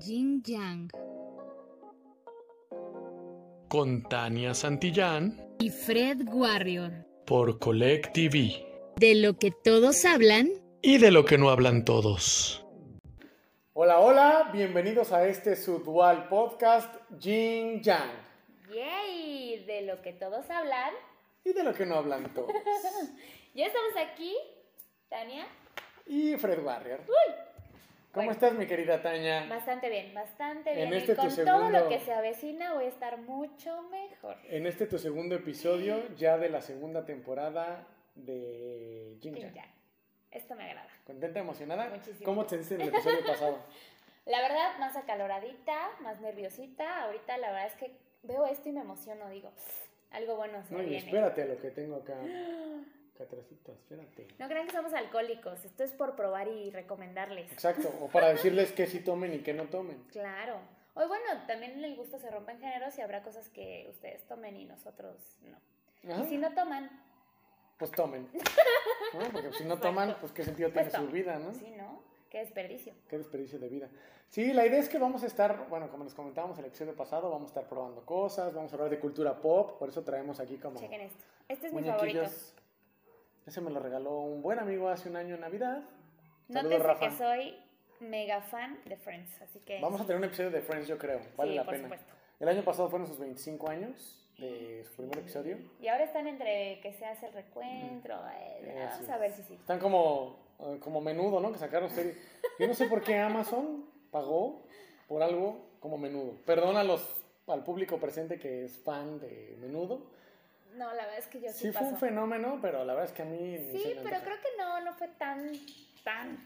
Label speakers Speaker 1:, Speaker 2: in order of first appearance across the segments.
Speaker 1: Yin Yang
Speaker 2: con Tania Santillán
Speaker 1: y Fred Warrior.
Speaker 2: por Colec TV
Speaker 1: De lo que todos hablan,
Speaker 2: y de lo que no hablan todos.
Speaker 3: Hola, hola, bienvenidos a este su dual podcast Jin Yang
Speaker 4: Yay, de lo que todos hablan.
Speaker 3: y de lo que no hablan todos.
Speaker 4: Ya estamos aquí, Tania.
Speaker 3: Y Fred Barrier. ¿Cómo
Speaker 4: Bueno.
Speaker 3: estás, mi querida Tania?
Speaker 4: Bastante bien, bastante
Speaker 3: En
Speaker 4: bien.
Speaker 3: este
Speaker 4: y con
Speaker 3: tu
Speaker 4: todo
Speaker 3: segundo-
Speaker 4: lo que se avecina voy a estar mucho mejor.
Speaker 3: En este tu segundo episodio ya de la segunda temporada de Jin
Speaker 4: Sí,
Speaker 3: Yang.
Speaker 4: ya. Esto me agrada.
Speaker 3: ¿Contenta, emocionada?
Speaker 4: Muchísimo.
Speaker 3: ¿Cómo te sentiste en el episodio pasado?
Speaker 4: La verdad, más acaloradita, más nerviosita. Ahorita la verdad es que veo esto y me emociono. Digo, algo bueno se
Speaker 3: No, y
Speaker 4: viene.
Speaker 3: espérate a lo que tengo acá. Acá atrásito, espérate.
Speaker 4: No crean que somos alcohólicos. Esto es por probar y recomendarles.
Speaker 3: Exacto, o para decirles que sí tomen y que no tomen.
Speaker 4: Claro. Hoy, bueno, también en el gusto se rompen géneros y habrá cosas que ustedes tomen y nosotros no.
Speaker 3: Ajá.
Speaker 4: Y si no toman,
Speaker 3: Pues tomen. ¿No? Porque si no toman, pues qué sentido
Speaker 4: Pues
Speaker 3: tiene su
Speaker 4: tomen.
Speaker 3: vida, ¿no?
Speaker 4: Sí, ¿no? Qué desperdicio.
Speaker 3: Qué desperdicio de vida. Sí, la idea es que vamos a estar, bueno, como les comentábamos en el episodio pasado, vamos a estar probando cosas, vamos a hablar de cultura pop, por eso traemos aquí como
Speaker 4: Chequen esto. Este es mi favorito.
Speaker 3: Ese me lo regaló un buen amigo hace un año en Navidad.
Speaker 4: Nótese
Speaker 3: Saludos, Rafa.
Speaker 4: que soy mega fan de Friends, así que...
Speaker 3: Vamos a tener un episodio de Friends, yo creo, vale
Speaker 4: sí,
Speaker 3: la
Speaker 4: por
Speaker 3: pena.
Speaker 4: supuesto.
Speaker 3: El año pasado fueron sus 25 años de su primer episodio.
Speaker 4: Y ahora están entre que se hace el recuentro. eh,
Speaker 3: Eh,
Speaker 4: vamos
Speaker 3: así
Speaker 4: a ver
Speaker 3: es.
Speaker 4: si sí.
Speaker 3: Están como, eh, como menudo, ¿no? Que sacaron serie. Yo no sé por qué Amazon pagó por algo como menudo. Perdón a los, al público presente que es fan de menudo.
Speaker 4: No, la verdad es que yo sí,
Speaker 3: Sí fue
Speaker 4: paso.
Speaker 3: un fenómeno, pero la verdad es que a mí... ni se
Speaker 4: Sí,
Speaker 3: me
Speaker 4: pero
Speaker 3: antoja.
Speaker 4: creo que no, no fue tan, tan...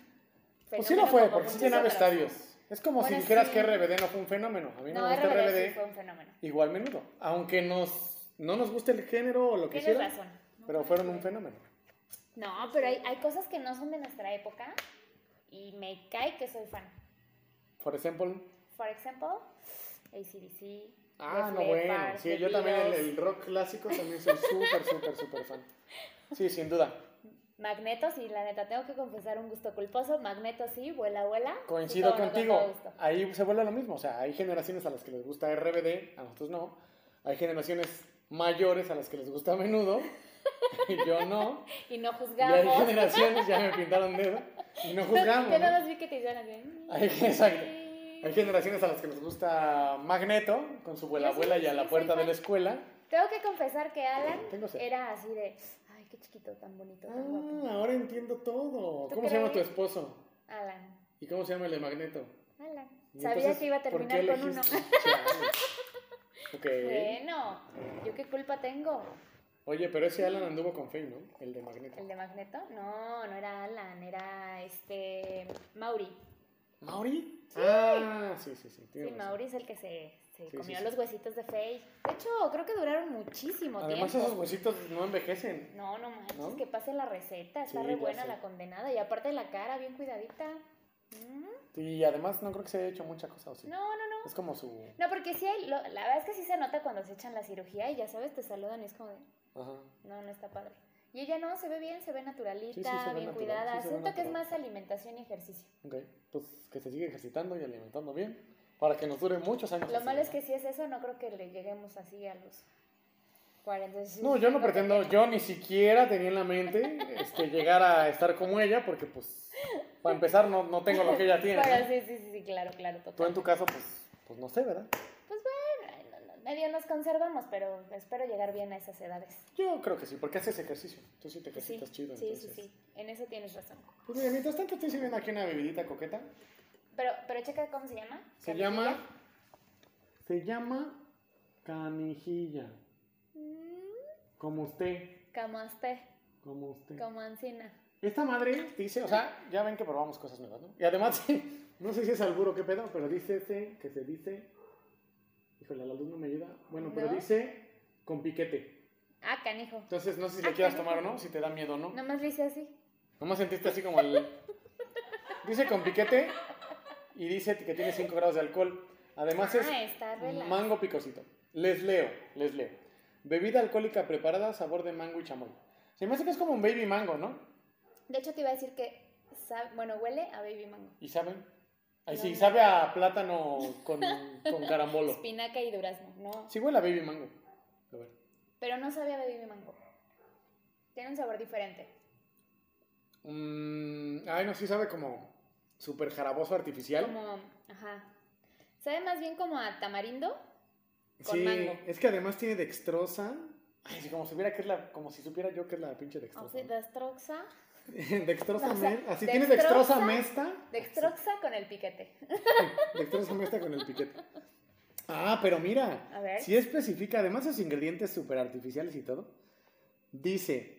Speaker 3: Pues sí lo
Speaker 4: fenómeno
Speaker 3: fue,
Speaker 4: como
Speaker 3: porque sí
Speaker 4: muchos
Speaker 3: llenaba
Speaker 4: otros.
Speaker 3: estadios. Es como si
Speaker 4: Bueno,
Speaker 3: dijeras
Speaker 4: sí.
Speaker 3: que RBD no fue un fenómeno. A mí no,
Speaker 4: No,
Speaker 3: me gusta
Speaker 4: RBD,
Speaker 3: RBD,
Speaker 4: sí fue un fenómeno.
Speaker 3: igual menudo. Aunque nos, no nos guste el género o lo que
Speaker 4: Tienes
Speaker 3: sea,
Speaker 4: razón.
Speaker 3: pero fueron un fenómeno.
Speaker 4: No, pero hay, hay cosas que no son de nuestra época y me cae que soy fan.
Speaker 3: Por ejemplo...
Speaker 4: Por ejemplo, ACDC.
Speaker 3: Ah,
Speaker 4: Def
Speaker 3: no, bueno.
Speaker 4: Leppard,
Speaker 3: Sí,
Speaker 4: The
Speaker 3: yo también el,
Speaker 4: Beatles.
Speaker 3: el rock clásico también soy súper, súper, súper fan. Sí, sin duda.
Speaker 4: Magneto, sí, la neta, tengo que confesar un gusto culposo. Magneto, sí, vuela, vuela.
Speaker 3: Coincido
Speaker 4: Sí, cómo no, con todo
Speaker 3: contigo.
Speaker 4: gusto.
Speaker 3: Ahí se vuelve lo mismo. O sea, hay generaciones a las que les gusta RBD, a nosotros no. Hay generaciones mayores a las que les gusta a menudo. y yo no.
Speaker 4: Y no
Speaker 3: Y hay
Speaker 4: juzgamos.
Speaker 3: generaciones, ya me pintaron dedo. Y no juzgamos.
Speaker 4: Yo
Speaker 3: ¿no?
Speaker 4: nada más vi que te hicieron así.
Speaker 3: Hay- exacto. Hay generaciones a las que les gusta Magneto, con su abuela
Speaker 4: Yo sí,
Speaker 3: abuela y a
Speaker 4: sí,
Speaker 3: la
Speaker 4: soy
Speaker 3: puerta de
Speaker 4: fan. Eh,
Speaker 3: la escuela.
Speaker 4: Tengo que confesar que Alan
Speaker 3: Tengo sed.
Speaker 4: era así de, ay, qué chiquito, tan bonito, tan
Speaker 3: Ah,
Speaker 4: guapo.
Speaker 3: ahora entiendo todo. ¿Cómo
Speaker 4: ¿Tú
Speaker 3: se llama tu
Speaker 4: crees?
Speaker 3: esposo?
Speaker 4: Alan,
Speaker 3: ¿Y cómo se llama el de Magneto?
Speaker 4: Alan.
Speaker 3: Ah. Y
Speaker 4: Sabía
Speaker 3: entonces,
Speaker 4: que iba a
Speaker 3: ¿por qué
Speaker 4: terminar con uno.
Speaker 3: elegiste? Chale. Ok.
Speaker 4: Bueno, ¿yo qué culpa tengo?
Speaker 3: Oye, pero ese Alan anduvo con Faye, ¿no? El de Magneto.
Speaker 4: ¿El de Magneto? No, no era Alan, era este. Mauri.
Speaker 3: ¿Mauri? Ah, sí, sí, sí.
Speaker 4: Sí,
Speaker 3: tienes razón.
Speaker 4: Mauri es el que se, se
Speaker 3: Sí,
Speaker 4: comió
Speaker 3: sí, sí.
Speaker 4: los huesitos de Faye. De hecho, creo que duraron muchísimo
Speaker 3: Además,
Speaker 4: tiempo.
Speaker 3: esos huesitos no envejecen.
Speaker 4: No, no manches,
Speaker 3: ¿No?
Speaker 4: que pase la receta. Está
Speaker 3: Sí,
Speaker 4: re
Speaker 3: ya
Speaker 4: buena
Speaker 3: sé.
Speaker 4: la condenada. Y aparte la cara, bien cuidadita. Mm,
Speaker 3: Y además, no creo que se haya hecho mucha cosa. ¿o sí?
Speaker 4: No, no, no.
Speaker 3: Es como su.
Speaker 4: No, porque sí hay. lo- la verdad es que sí se nota cuando se echan la cirugía y ya sabes, te saludan y es como de.
Speaker 3: Ajá.
Speaker 4: No, no está padre. Y ella no, se ve bien, se ve naturalita,
Speaker 3: Sí, sí, se ve
Speaker 4: bien
Speaker 3: natural,
Speaker 4: cuidada.
Speaker 3: sí, se ve
Speaker 4: Siento que es
Speaker 3: natural.
Speaker 4: más alimentación y ejercicio.
Speaker 3: Ok. Pues que se sigue ejercitando y alimentando bien. Para que nos dure muchos años.
Speaker 4: Lo
Speaker 3: así,
Speaker 4: malo es
Speaker 3: ¿no?
Speaker 4: que si es eso, no creo que le lleguemos así a los 40.
Speaker 3: No, yo no pretendo, yo ni siquiera tenía en la mente este, llegar a estar como ella, porque pues, para empezar, no, no tengo lo que ella tiene.
Speaker 4: Pero
Speaker 3: ¿no?
Speaker 4: sí, sí, sí, sí, claro, claro, total.
Speaker 3: Tú en tu caso, pues, pues no sé, ¿verdad?
Speaker 4: Ay, no, no, medio nos conservamos, pero espero llegar bien a esas edades.
Speaker 3: Yo creo que sí, porque haces ejercicio. Tú sí te
Speaker 4: Pues sí,
Speaker 3: ejercitas chido,
Speaker 4: sí, sí,
Speaker 3: entonces.
Speaker 4: sí, en eso tienes razón.
Speaker 3: Pues mira, mientras tanto estoy sirviendo aquí una bebidita coqueta.
Speaker 4: Pero, pero checa cómo se llama.
Speaker 3: Se
Speaker 4: Canijilla.
Speaker 3: llama. Se llama canijilla.
Speaker 4: Mm,
Speaker 3: Como usted.
Speaker 4: Camaste,
Speaker 3: Como usted.
Speaker 4: como ancina.
Speaker 3: Esta madre dice, o sea, ya ven que probamos cosas nuevas, ¿no? Y además, no sé si es alburo o qué pedo, pero dice ese que se dice. Híjole, la luz no me ayuda. Bueno, pero
Speaker 4: ¿No?
Speaker 3: dice con piquete.
Speaker 4: Ah, canijo.
Speaker 3: Entonces, no sé si le
Speaker 4: Ah,
Speaker 3: quieras
Speaker 4: caray.
Speaker 3: tomar o no, si te da miedo o no.
Speaker 4: Nomás le hice así.
Speaker 3: Nomás sentiste así como el. Dice con piquete y dice que tiene 5 grados de alcohol. Además, es
Speaker 4: ah, está relax.
Speaker 3: Mango picosito. Les leo, les leo. Bebida alcohólica preparada, sabor de mango y chamoy. Se me hace que es como un baby mango, ¿no?
Speaker 4: De hecho, te iba a decir que, sabe- bueno, huele a baby mango.
Speaker 3: ¿Y saben? Ahí
Speaker 4: No,
Speaker 3: sí,
Speaker 4: no.
Speaker 3: sabe a plátano con, con carambolo.
Speaker 4: Espinaca y durazno, no.
Speaker 3: Sí huele a baby mango. A ver.
Speaker 4: Pero no sabía baby mango. Tiene un sabor diferente.
Speaker 3: Mm, ay, no, sí sabe como súper jaraboso artificial.
Speaker 4: Como, ajá. Sabe más bien como a tamarindo. con
Speaker 3: sí,
Speaker 4: mango.
Speaker 3: es que además tiene dextrosa. Ay, sí, como si supiera que es la, como si supiera yo que es la pinche
Speaker 4: O
Speaker 3: dextrosa.
Speaker 4: sea,
Speaker 3: Ah,
Speaker 4: dextroxa.
Speaker 3: dextrosa
Speaker 4: No, Oh, o sea,
Speaker 3: men- así tiene
Speaker 4: dextrosa-
Speaker 3: dextrosa mesta.
Speaker 4: Dextroxa con el piquete.
Speaker 3: Dextrosa mesta con el piquete. Ah, pero mira,
Speaker 4: A ver.
Speaker 3: si especifica, además sus ingredientes súper artificiales y todo, dice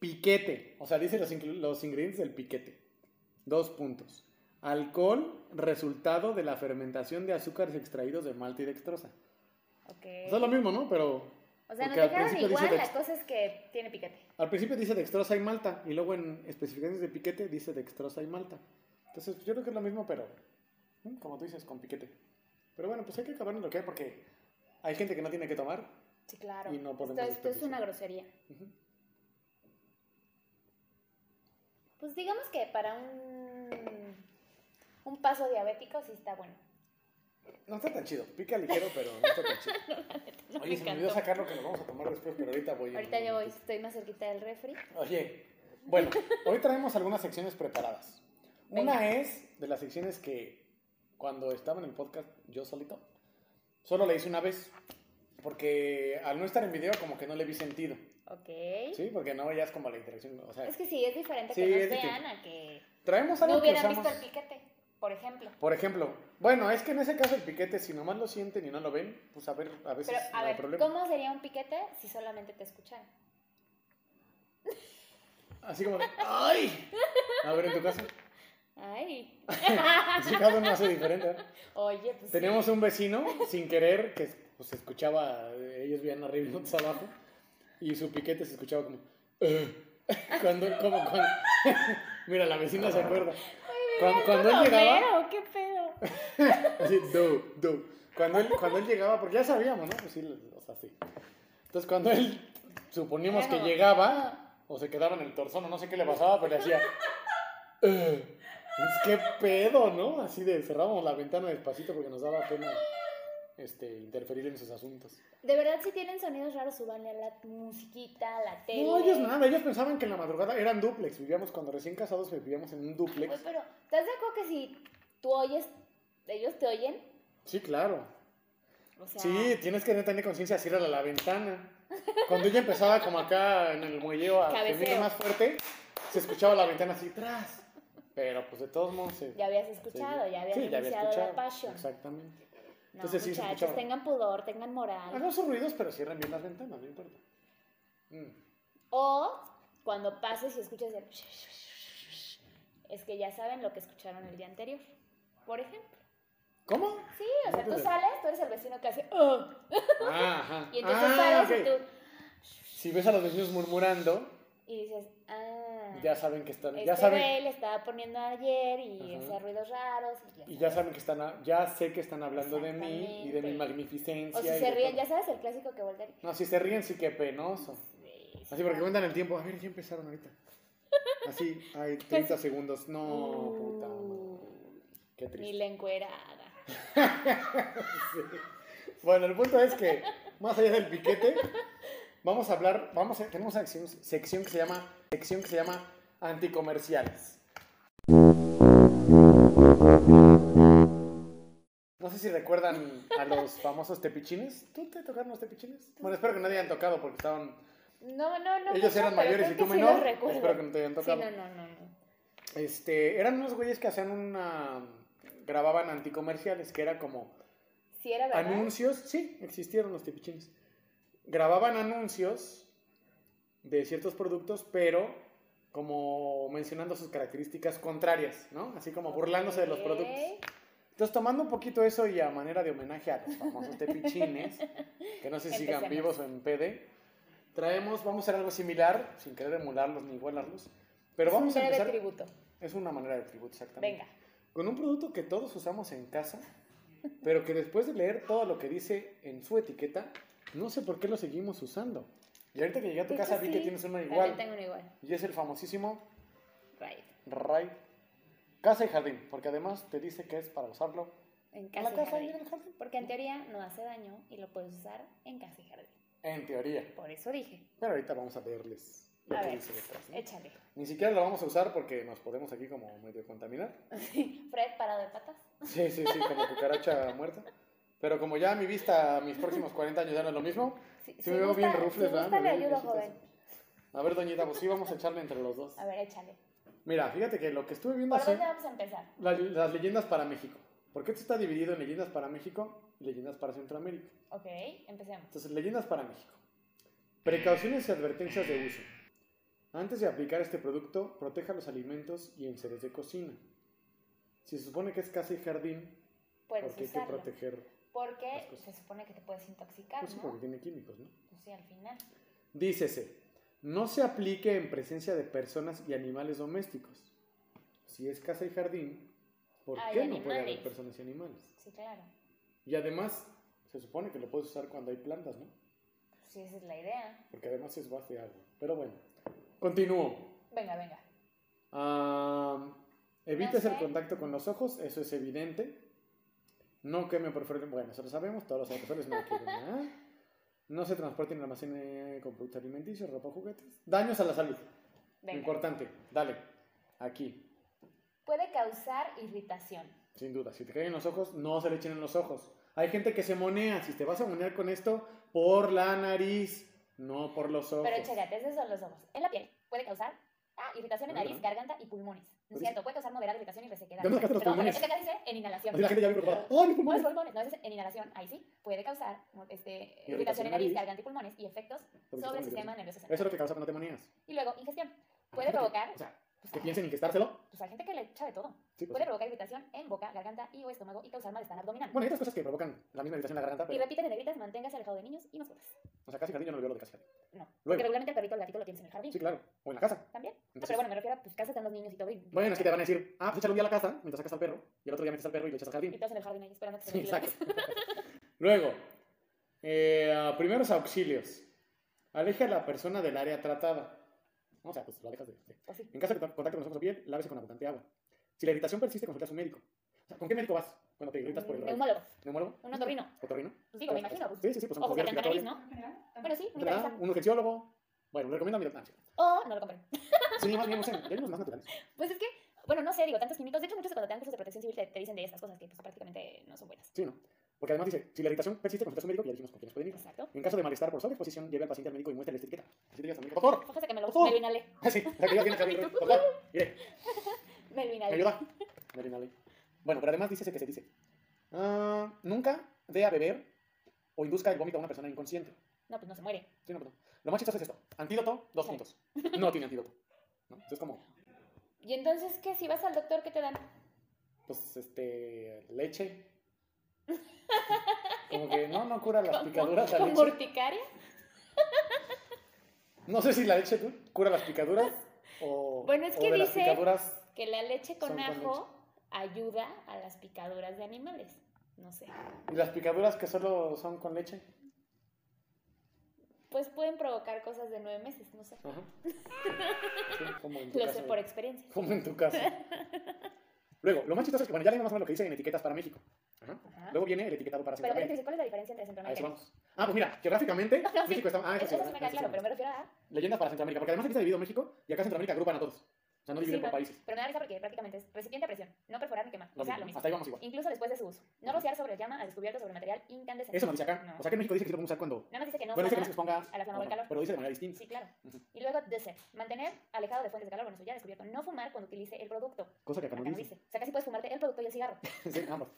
Speaker 3: piquete, o sea, dice los, inclu- los ingredientes del piquete. Dos puntos. Alcohol, resultado de la fermentación de azúcares extraídos de malta y dextrosa.
Speaker 4: Ok.
Speaker 3: O sea, es lo mismo, ¿no? Pero
Speaker 4: O sea, nos
Speaker 3: porque al
Speaker 4: dejaron
Speaker 3: principio dice
Speaker 4: igual, la
Speaker 3: dex-
Speaker 4: cosa es que tiene piquete.
Speaker 3: Al principio dice dextrosa y malta, y luego en especificaciones de piquete dice dextrosa y malta. Entonces, pues, yo creo que es lo mismo, pero ¿no? como tú dices, con piquete. Pero bueno, pues hay que acabar en lo que hay porque hay gente que no tiene que tomar.
Speaker 4: Sí, claro.
Speaker 3: Y no
Speaker 4: esto,
Speaker 3: podemos
Speaker 4: es- esto es
Speaker 3: desperdiciar.
Speaker 4: una grosería.
Speaker 3: Ujú.
Speaker 4: Pues digamos que para un, un paso diabético sí está bueno.
Speaker 3: No está tan chido, pica ligero, pero no está tan chido.
Speaker 4: No me
Speaker 3: Oye, se me olvidó
Speaker 4: encantó.
Speaker 3: sacar lo que nos vamos a tomar después, pero ahorita voy. en
Speaker 4: Ahorita
Speaker 3: un
Speaker 4: yo voy,
Speaker 3: momentito.
Speaker 4: estoy más cerquita del refri.
Speaker 3: Oye, bueno, hoy traemos algunas secciones preparadas. Una
Speaker 4: Venga.
Speaker 3: es de las secciones que cuando estaba en el podcast yo solito, solo la hice una vez, porque al no estar en video como que no le vi sentido,
Speaker 4: Ok.
Speaker 3: ¿sí? Porque no veías como la interacción, o sea,
Speaker 4: Es que sí, es diferente
Speaker 3: Sí,
Speaker 4: que nos
Speaker 3: es diferente.
Speaker 4: vean a que
Speaker 3: traemos algo
Speaker 4: no
Speaker 3: que
Speaker 4: hubieran
Speaker 3: usamos,
Speaker 4: visto el piquete, por ejemplo.
Speaker 3: por ejemplo, bueno, es que en ese caso el piquete, si nomás lo sienten y no lo ven, pues a ver, a veces
Speaker 4: Pero,
Speaker 3: no
Speaker 4: a
Speaker 3: hay
Speaker 4: ver,
Speaker 3: problema.
Speaker 4: ¿cómo sería un piquete si solamente te escuchan?
Speaker 3: Así como de, ¡ay! A ver, en tu caso,
Speaker 4: Ay,
Speaker 3: así cada uno hace diferente, ¿eh? ¿verdad?
Speaker 4: oye, pues sí.
Speaker 3: Teníamos un vecino sin querer que pues, escuchaba, eh, ellos vivían arriba y nosotros abajo, y su piquete se escuchaba como. "Eh", cuando, como cuando- Mira, la vecina se acuerda. Cuando, cuando él llegaba,
Speaker 4: Romero, oh, ¿Qué pedo?
Speaker 3: así, do, do. Cuando él, cuando él llegaba, porque ya sabíamos, ¿no? Pues sí, o sea, sí. Entonces, cuando él suponíamos que
Speaker 4: Claro.
Speaker 3: llegaba, o se quedaba en el torzón, o no sé qué le pasaba, pero le hacía. "Eh". Entonces, qué pedo, ¿no? Así de cerrábamos la ventana despacito porque nos daba pena este, interferir en sus asuntos.
Speaker 4: De verdad, si tienen sonidos raros, súbanle a la musiquita, a la tele.
Speaker 3: No, ellos nada, ellos pensaban que en la madrugada eran duplex. Vivíamos cuando recién casados, vivíamos en un
Speaker 4: Güey,
Speaker 3: duplex.
Speaker 4: pero, ¿estás de acuerdo que si tú oyes, ellos te oyen?
Speaker 3: Sí, claro.
Speaker 4: O sea,
Speaker 3: Sí, tienes que tener conciencia, cierra la ventana. Cuando ella empezaba como acá en el muelleo a
Speaker 4: Cabeceo.
Speaker 3: gemir más fuerte, se escuchaba la ventana así atrás. Pero pues de todos modos se...
Speaker 4: ya habías escuchado, ya habías
Speaker 3: Sí,
Speaker 4: iniciado la
Speaker 3: escuchado,
Speaker 4: pasión.
Speaker 3: Exactamente.
Speaker 4: No,
Speaker 3: Entonces sí se
Speaker 4: muchachos,
Speaker 3: escuchaba.
Speaker 4: tengan pudor, tengan moral.
Speaker 3: Hagan sus ruidos, pero cierren bien las ventanas, no importa. Mm.
Speaker 4: O cuando pases y escuchas el... Es que ya saben lo que escucharon el día anterior. Por ejemplo.
Speaker 3: ¿Cómo?
Speaker 4: Sí, o sea, tú
Speaker 3: Ándale.
Speaker 4: sales, tú eres el vecino que hace... "Oh",
Speaker 3: Ah, ajá.
Speaker 4: Y entonces
Speaker 3: Ah,
Speaker 4: sales
Speaker 3: ok.
Speaker 4: y tú...
Speaker 3: Si ves a los vecinos murmurando,
Speaker 4: Y dices... Ah,
Speaker 3: ya saben que están...
Speaker 4: este
Speaker 3: ya saben...
Speaker 4: güey le estaba poniendo ayer y
Speaker 3: Ajá.
Speaker 4: hacía ruidos raros.
Speaker 3: Y ya saben que están, a- ya sé que están hablando de mí y de mi
Speaker 4: Exactamente.
Speaker 3: magnificencia.
Speaker 4: O si
Speaker 3: y
Speaker 4: se
Speaker 3: de
Speaker 4: ríen,
Speaker 3: todo.
Speaker 4: ya sabes el clásico que voltea. y-
Speaker 3: No, si se ríen, sí que penoso.
Speaker 4: Sí, sí,
Speaker 3: Así porque
Speaker 4: está.
Speaker 3: cuentan el tiempo. A ver, ya empezaron ahorita. Así, hay 30 segundos. No, puta madre. Qué
Speaker 4: uh, Ni
Speaker 3: triste.
Speaker 4: la encuerada.
Speaker 3: Sí. Bueno, el punto es que, más allá del piquete, vamos a hablar, vamos a- tenemos una sección, sección que se llama, sección que se llama anticomerciales. No sé si recuerdan a los famosos tepichines. ¿Tú te tocaron los tepichines? Bueno, espero que no te hayan tocado porque estaban.
Speaker 4: No, no, no.
Speaker 3: Ellos
Speaker 4: no,
Speaker 3: eran
Speaker 4: pero
Speaker 3: mayores
Speaker 4: creo
Speaker 3: y
Speaker 4: que
Speaker 3: tú
Speaker 4: sí
Speaker 3: menor.
Speaker 4: los recuerdo.
Speaker 3: Espero que no te hayan
Speaker 4: Sí,
Speaker 3: tocado.
Speaker 4: no, no, no, no.
Speaker 3: Este, eran unos güeyes que hacían una. grababan anticomerciales, que era como.
Speaker 4: Sí era verdad.
Speaker 3: Anuncios, sí, existieron los tepichines. Grababan anuncios de ciertos productos, pero como mencionando sus características contrarias, ¿no? Así como burlándose de los
Speaker 4: Ok.
Speaker 3: productos. Entonces, tomando un poquito eso y a manera de homenaje a los famosos tepichines, que no sé si sigan
Speaker 4: Empecemos.
Speaker 3: vivos o en PD, traemos, vamos a hacer algo similar, sin querer emularlos ni igualarlos, pero
Speaker 4: Es un
Speaker 3: vamos a
Speaker 4: breve
Speaker 3: empezar...
Speaker 4: tributo.
Speaker 3: Es una manera de tributo, exactamente
Speaker 4: Venga.
Speaker 3: con un producto que todos usamos en casa, pero que después de leer todo lo que dice en su etiqueta, no sé por qué lo seguimos usando. Y ahorita que llegué a tu
Speaker 4: De
Speaker 3: casa
Speaker 4: hecho,
Speaker 3: vi que
Speaker 4: Pues sí,
Speaker 3: tienes uno
Speaker 4: También
Speaker 3: igual.
Speaker 4: tengo uno igual.
Speaker 3: Y es el famosísimo
Speaker 4: Right.
Speaker 3: Ray. Casa y jardín, porque además te dice que es para usarlo
Speaker 4: En
Speaker 3: en
Speaker 4: casa,
Speaker 3: la
Speaker 4: y
Speaker 3: casa y
Speaker 4: jardín.
Speaker 3: en el jardín.
Speaker 4: Porque en teoría no hace daño y lo puedes usar en casa y jardín.
Speaker 3: En teoría.
Speaker 4: Por eso dije.
Speaker 3: Pero ahorita vamos a leerles. lo
Speaker 4: A
Speaker 3: que
Speaker 4: ver,
Speaker 3: dice detrás, ¿no?
Speaker 4: échale.
Speaker 3: Ni siquiera lo vamos a usar porque nos podemos aquí como medio contaminar.
Speaker 4: Fred parado de patas.
Speaker 3: Sí, sí, sí, como cucaracha muerta. Pero como ya mi vista a mis próximos 40 años ya no es lo mismo,
Speaker 4: Si,
Speaker 3: sí me veo bien rufles,
Speaker 4: si
Speaker 3: ¿verdad? Me
Speaker 4: gusta, le
Speaker 3: veo bien
Speaker 4: ayudo,
Speaker 3: rufles.
Speaker 4: joven.
Speaker 3: A ver, doñita, pues sí, vamos a echarle entre los dos.
Speaker 4: A ver, échale.
Speaker 3: Mira, fíjate que lo que estuve viendo
Speaker 4: ¿Por
Speaker 3: así,
Speaker 4: dónde vamos a empezar?
Speaker 3: la- las leyendas para México. Porque esto está dividido en leyendas para México y leyendas para Centroamérica.
Speaker 4: Ok, empecemos.
Speaker 3: Entonces, leyendas para México. Precauciones y advertencias de uso. Antes de aplicar este producto, proteja los alimentos y enseres de cocina. Si se supone que es casa y jardín,
Speaker 4: Puedes
Speaker 3: porque hay que
Speaker 4: usarlo.
Speaker 3: proteger. las
Speaker 4: porque
Speaker 3: cosas.
Speaker 4: se supone que te puedes intoxicar,
Speaker 3: Pues sí,
Speaker 4: ¿no?
Speaker 3: porque tiene químicos, ¿no?
Speaker 4: Pues sí, al final.
Speaker 3: Dícese, no se aplique en presencia de personas y animales domésticos. Si es casa y jardín, ¿por
Speaker 4: Hay
Speaker 3: qué no puede
Speaker 4: animales.
Speaker 3: haber personas y animales?
Speaker 4: Sí, claro.
Speaker 3: Y además, se supone que lo puedes usar cuando hay plantas, ¿no?
Speaker 4: Pues sí, esa es la idea.
Speaker 3: Porque además es base de agua. Pero bueno, continúo.
Speaker 4: Venga, venga.
Speaker 3: Ah, evites
Speaker 4: No sé.
Speaker 3: el contacto con los ojos, eso es evidente. No queme por fuera- Bueno, eso lo sabemos, todos los alcoholes no lo quieren, ¿ah? No se transporten en almacén con productos alimenticios, ropa, juguetes. Daños a la salud.
Speaker 4: Venga.
Speaker 3: Importante. Dale. Aquí.
Speaker 4: Puede causar irritación.
Speaker 3: Sin duda. Si te caen en los ojos, no se le echen en los ojos. Hay gente que se monea. Si te vas a monear con esto, por la nariz, no por los ojos.
Speaker 4: Pero chécate, esos son los ojos. En la piel puede causar ah, irritación en
Speaker 3: Ah,
Speaker 4: nariz,
Speaker 3: ¿verdad?
Speaker 4: garganta y pulmones. No
Speaker 3: Pero
Speaker 4: es cierto, puede causar moderada irritación y resequedad.
Speaker 3: ¿De dónde sacaste los
Speaker 4: Perdón,
Speaker 3: pulmones?
Speaker 4: resequedad dice en inhalación.
Speaker 3: Así la gente ya me preocupa. ¡Ay, mis
Speaker 4: No es
Speaker 3: pulmones!
Speaker 4: pulmones, no es en inhalación. Ahí sí, puede causar mo- este,
Speaker 3: Irritación
Speaker 4: irritación en
Speaker 3: en
Speaker 4: nariz,
Speaker 3: nariz.
Speaker 4: garganta y pulmones y efectos
Speaker 3: Porque
Speaker 4: Pues, sobre el
Speaker 3: estamos nerviosos.
Speaker 4: sistema nervioso
Speaker 3: Eso es
Speaker 4: central.
Speaker 3: lo que causa cuando te moneas.
Speaker 4: Y luego, ingestión. Puede
Speaker 3: Gente Ah, que-
Speaker 4: provocar.
Speaker 3: O sea,
Speaker 4: pues,
Speaker 3: que
Speaker 4: ah,
Speaker 3: piensen en quitárselo.
Speaker 4: pues hay gente que le echa de todo.
Speaker 3: Sí, pues,
Speaker 4: Puede provocar irritación en boca, garganta y o estómago y causar malestar abdominal.
Speaker 3: Bueno, hay otras cosas que provocan la misma irritación en la garganta,
Speaker 4: y
Speaker 3: pero.
Speaker 4: repite de negritas, manténgase alejado de niños y mascotas.
Speaker 3: O sea, casi jardín yo no lo veo lo de casi jardín.
Speaker 4: No. Porque
Speaker 3: Luego.
Speaker 4: regularmente el perrito o el gatito lo tienes en el jardín.
Speaker 3: Sí, claro. O en la casa.
Speaker 4: También. Ah,
Speaker 3: Entonces,
Speaker 4: pero bueno, me refiero a pues casa están los niños y todo. Y,
Speaker 3: bueno, es que te van a decir, ah, pues échale un día a la casa mientras sacas al perro y el otro día metes al perro y lo echas al
Speaker 4: y
Speaker 3: jardín.
Speaker 4: todos en el jardín ahí esperando que se
Speaker 3: Sí,
Speaker 4: ventile la
Speaker 3: exacto. Luego, eh, primeros auxilios. Aleja a la persona del área tratada. O sea, pues lo alejas de. de-
Speaker 4: casa. O sí.
Speaker 3: En caso de to- contacto con los ojos o piel, lávese con abundante agua. Si la irritación persiste, consulta a su médico. O sea, ¿con qué médico vas cuando te irritas por el
Speaker 4: Un
Speaker 3: rayo?
Speaker 4: neumólogo,
Speaker 3: ¿Neumólogo?
Speaker 4: un otorrino.
Speaker 3: ¿Otorrino?
Speaker 4: Pues digo, me imagino. Pues,
Speaker 3: Sí, sí, sí, pues un
Speaker 4: ojos que
Speaker 3: cojón
Speaker 4: tienen nariz,
Speaker 3: respiratorio.
Speaker 4: ¿no? Bueno, sí, un
Speaker 3: ¿Verdad?
Speaker 4: guitarrista.
Speaker 3: Un urgenciólogo. Bueno, le recomiendo a mi doctor. Ah,
Speaker 4: O no lo compren.
Speaker 3: Sí, más bien, no sé, ya hay unos más naturales.
Speaker 4: Pues es que, bueno, no sé, digo, tantos químicos. De hecho, muchos cuando te dan cursos de protección civil te, te dicen de estas cosas que pues, prácticamente no son buenas.
Speaker 3: Sí, ¿no? Porque además dice, si la irritación persiste, consulta a su médico y ya dijimos con quiénes pueden ir.
Speaker 4: Exacto.
Speaker 3: En caso de malestar por sobreexposición, lleve al paciente al médico y muéstrele esta etiqueta. Así te digas al médico, doctor.
Speaker 4: Fíjese que me lo,
Speaker 3: Ojo.
Speaker 4: me lo inhalé.
Speaker 3: Ah, Sí, o sea, que ya tienes que abrir, doctor. Mire,
Speaker 4: Me lo
Speaker 3: ¿me
Speaker 4: inhalé.
Speaker 3: ayuda? Dale, dale. Bueno, pero además dice ese que se dice. ah, nunca dé a beber o induzca el vómito a una persona inconsciente.
Speaker 4: No, pues no se muere.
Speaker 3: Sí, no, pero no. Lo más chistoso es esto. Antídoto, dos puntos. No tiene antídoto. ¿no? Entonces es como,
Speaker 4: Y entonces, ¿qué? Si vas al doctor, ¿qué te dan?
Speaker 3: pues, este, leche. Como que no, no cura las picaduras la
Speaker 4: ¿Con
Speaker 3: leche.
Speaker 4: urticaria?
Speaker 3: No sé si la leche tú- cura las picaduras o.
Speaker 4: Bueno, es
Speaker 3: o
Speaker 4: que
Speaker 3: de las
Speaker 4: dice-
Speaker 3: picaduras.
Speaker 4: Que la leche con
Speaker 3: Son con
Speaker 4: ajo ayuda a las picaduras de animales. No sé.
Speaker 3: ¿Y las picaduras que solo son con leche?
Speaker 4: Pues pueden provocar cosas de nueve meses, no sé.
Speaker 3: Ajá. Sí, como en tu
Speaker 4: Lo
Speaker 3: caso.
Speaker 4: sé por experiencia.
Speaker 3: Como en tu caso. Luego, lo más chistoso es que, bueno, ya leímos más o menos lo que dice en etiquetas para México. Ajá.
Speaker 4: Ajá.
Speaker 3: Luego viene el etiquetado para
Speaker 4: Pero
Speaker 3: Centroamérica.
Speaker 4: dice, ¿cuál es la diferencia
Speaker 3: A
Speaker 4: entre
Speaker 3: eso
Speaker 4: Centroamérica?
Speaker 3: vamos. Ah, pues mira, geográficamente,
Speaker 4: No, sí.
Speaker 3: México está. Ah,
Speaker 4: Eso,
Speaker 3: eso,
Speaker 4: eso
Speaker 3: sí,
Speaker 4: sí me
Speaker 3: ¿verdad? Eso
Speaker 4: queda claro,
Speaker 3: sí.
Speaker 4: pero me refiero a...
Speaker 3: Leyendas para Centroamérica, porque además aquí está dividido México y acá Centroamérica agrupan a todos. O sea, no dividen
Speaker 4: Sí,
Speaker 3: por
Speaker 4: bueno,
Speaker 3: países.
Speaker 4: Pero me da risa porque prácticamente es recipiente a presión, no perforar ni quemar.
Speaker 3: Lo
Speaker 4: o sea,
Speaker 3: mismo.
Speaker 4: lo mismo.
Speaker 3: Hasta ahí vamos igual.
Speaker 4: Incluso después de su uso. No rociar sobre llama al descubierto sobre material incandescente.
Speaker 3: Eso no dice acá.
Speaker 4: No.
Speaker 3: O sea, que en México dice que se puede usar cuando.
Speaker 4: Nada más dice que no
Speaker 3: bueno, dice que no
Speaker 4: flama.
Speaker 3: se exponga a
Speaker 4: la flama o al calor.
Speaker 3: Pero dice de manera distinta.
Speaker 4: Sí, claro.
Speaker 3: Ujú.
Speaker 4: Y luego dice, mantener alejado de fuentes de calor, bueno, eso ya descubierto. No fumar cuando utilice el producto.
Speaker 3: Cosa que acá
Speaker 4: Acá
Speaker 3: no
Speaker 4: no
Speaker 3: dice.
Speaker 4: dice. O sea, casi puedes fumarte el producto y el cigarro.
Speaker 3: Sí, ambos.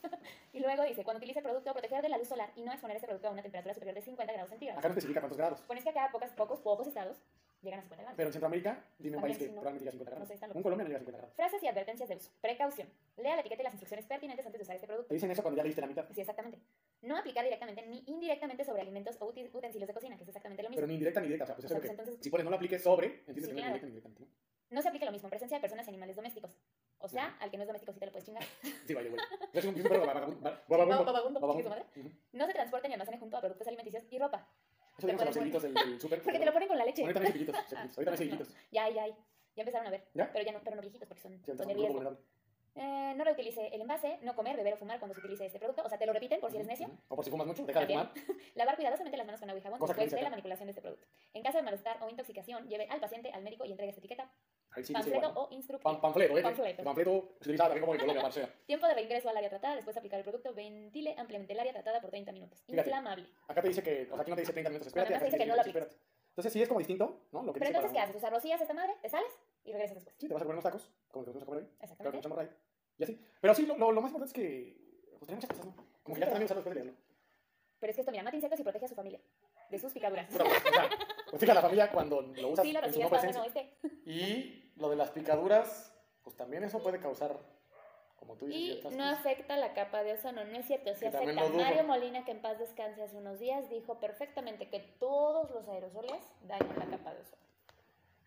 Speaker 4: Y luego dice, cuando utilice el producto, proteger de la luz solar y no exponer ese producto a una temperatura superior de 50 grados centígrados.
Speaker 3: Acá no especifica cuántos grados.
Speaker 4: Bueno, es que acá pocas, pocos, pocos estados llegan a 50 grados.
Speaker 3: Pero en Centroamérica, dime un país que
Speaker 4: También sí, ¿no?
Speaker 3: probablemente llegue a 50 grados.
Speaker 4: No sé, está loco.
Speaker 3: un Colombia no llega a 50 grados.
Speaker 4: Frases y advertencias de uso. Precaución. Lea la etiqueta y las instrucciones pertinentes antes de usar este producto.
Speaker 3: Te dicen eso cuando ya leíste la mitad,
Speaker 4: Sí, exactamente. No aplicar directamente ni indirectamente sobre alimentos o uti- utensilios de cocina, que es exactamente lo
Speaker 3: pero
Speaker 4: mismo.
Speaker 3: ni directa ni directa. O sea, pues
Speaker 4: O sea,
Speaker 3: eso
Speaker 4: pues
Speaker 3: que
Speaker 4: entonces
Speaker 3: si pones no lo apliques sobre, entiendes
Speaker 4: Sí,
Speaker 3: que no es
Speaker 4: claro.
Speaker 3: directa ni directamente. ¿no?
Speaker 4: no se aplica lo mismo en presencia de personas y animales domésticos. O sea,
Speaker 3: Ajá.
Speaker 4: al que no es doméstico sí te lo puedes chingar.
Speaker 3: Sí, vaya, güey. Es un es un perro vagabundo.
Speaker 4: Vagabundo,
Speaker 3: Vagabundo.
Speaker 4: vagabundo, chingue su
Speaker 3: Vagabundo.
Speaker 4: madre.
Speaker 3: Ujú.
Speaker 4: No se transporten ni almacenen junto a productos alimenticios y ropa.
Speaker 3: Eso digamos a los cerditos del, del súper.
Speaker 4: Porque te lo ponen con la leche.
Speaker 3: Ahorita también hay cerditos, cerditos. Ahorita también hay
Speaker 4: No,
Speaker 3: cerditos.
Speaker 4: Ya, ya, ya. Ya empezaron a ver.
Speaker 3: ¿Ya?
Speaker 4: Pero ya no, pero no viejitos porque son,
Speaker 3: Sí, ahorita son
Speaker 4: son de
Speaker 3: un grupo
Speaker 4: riesgo.
Speaker 3: vulnerable.
Speaker 4: eh, no reutilice el envase, no comer, beber o fumar cuando se utilice este producto. O sea, te lo repiten por si eres necio.
Speaker 3: O por si fumas mucho, deja de
Speaker 4: También.
Speaker 3: fumar.
Speaker 4: Lavar cuidadosamente las manos con agua y jabón
Speaker 3: Cosa que
Speaker 4: después
Speaker 3: dice
Speaker 4: de la
Speaker 3: acá.
Speaker 4: manipulación de este producto. En caso de malestar o intoxicación, lleve al paciente al médico y entregue esta etiqueta,
Speaker 3: Ahí sí dice
Speaker 4: panfleto
Speaker 3: igual.
Speaker 4: o instructivo.
Speaker 3: Pan- panfleto, ¿eh?
Speaker 4: Panfleto.
Speaker 3: Panfleto utilizado también como en Colombia, parce.
Speaker 4: Tiempo de reingreso al área tratada, después de aplicar el producto, ventile ampliamente el área tratada por 30 minutos.
Speaker 3: Fíjate.
Speaker 4: Inflamable.
Speaker 3: Acá te dice que, o sea, aquí no te dice 30 minutos, espérate.
Speaker 4: Bueno,
Speaker 3: acá
Speaker 4: además dice
Speaker 3: te
Speaker 4: que no lo
Speaker 3: espérate. Entonces sí es como distinto, ¿no? Lo que dice
Speaker 4: Pero entonces, ¿qué
Speaker 3: para-
Speaker 4: haces? O sea, rocías esta madre, te sales y regresas después.
Speaker 3: Sí, te vas a comer unos tacos, como los que nos vamos a comer hoy. Claro que
Speaker 4: Exactamente.
Speaker 3: echamos rayo. Y así. Pero sí, lo, lo, lo más importante es que. Pues tenía muchas cosas, ¿no? Como que ya
Speaker 4: Sí,
Speaker 3: también usarlo después de leerlo.
Speaker 4: Pero es que esto, mira, mata insectos y protege a su familia de sus picaduras.
Speaker 3: Puta, pues, o sea, pues fíjate, la familia cuando lo usas
Speaker 4: Sí, lo
Speaker 3: en su
Speaker 4: recibías
Speaker 3: no
Speaker 4: para bueno,
Speaker 3: presencia.
Speaker 4: ¿oíste?
Speaker 3: Y lo de las picaduras, pues también eso puede causar, como tú dices,
Speaker 4: Y
Speaker 3: ciertas
Speaker 4: no
Speaker 3: cosas.
Speaker 4: afecta la capa de ozono, no es cierto, sí
Speaker 3: Que
Speaker 4: afecta.
Speaker 3: también lo dudo.
Speaker 4: Mario Molina, que en paz descanse hace unos días, dijo perfectamente que todos los aerosoles dañan la capa de ozono.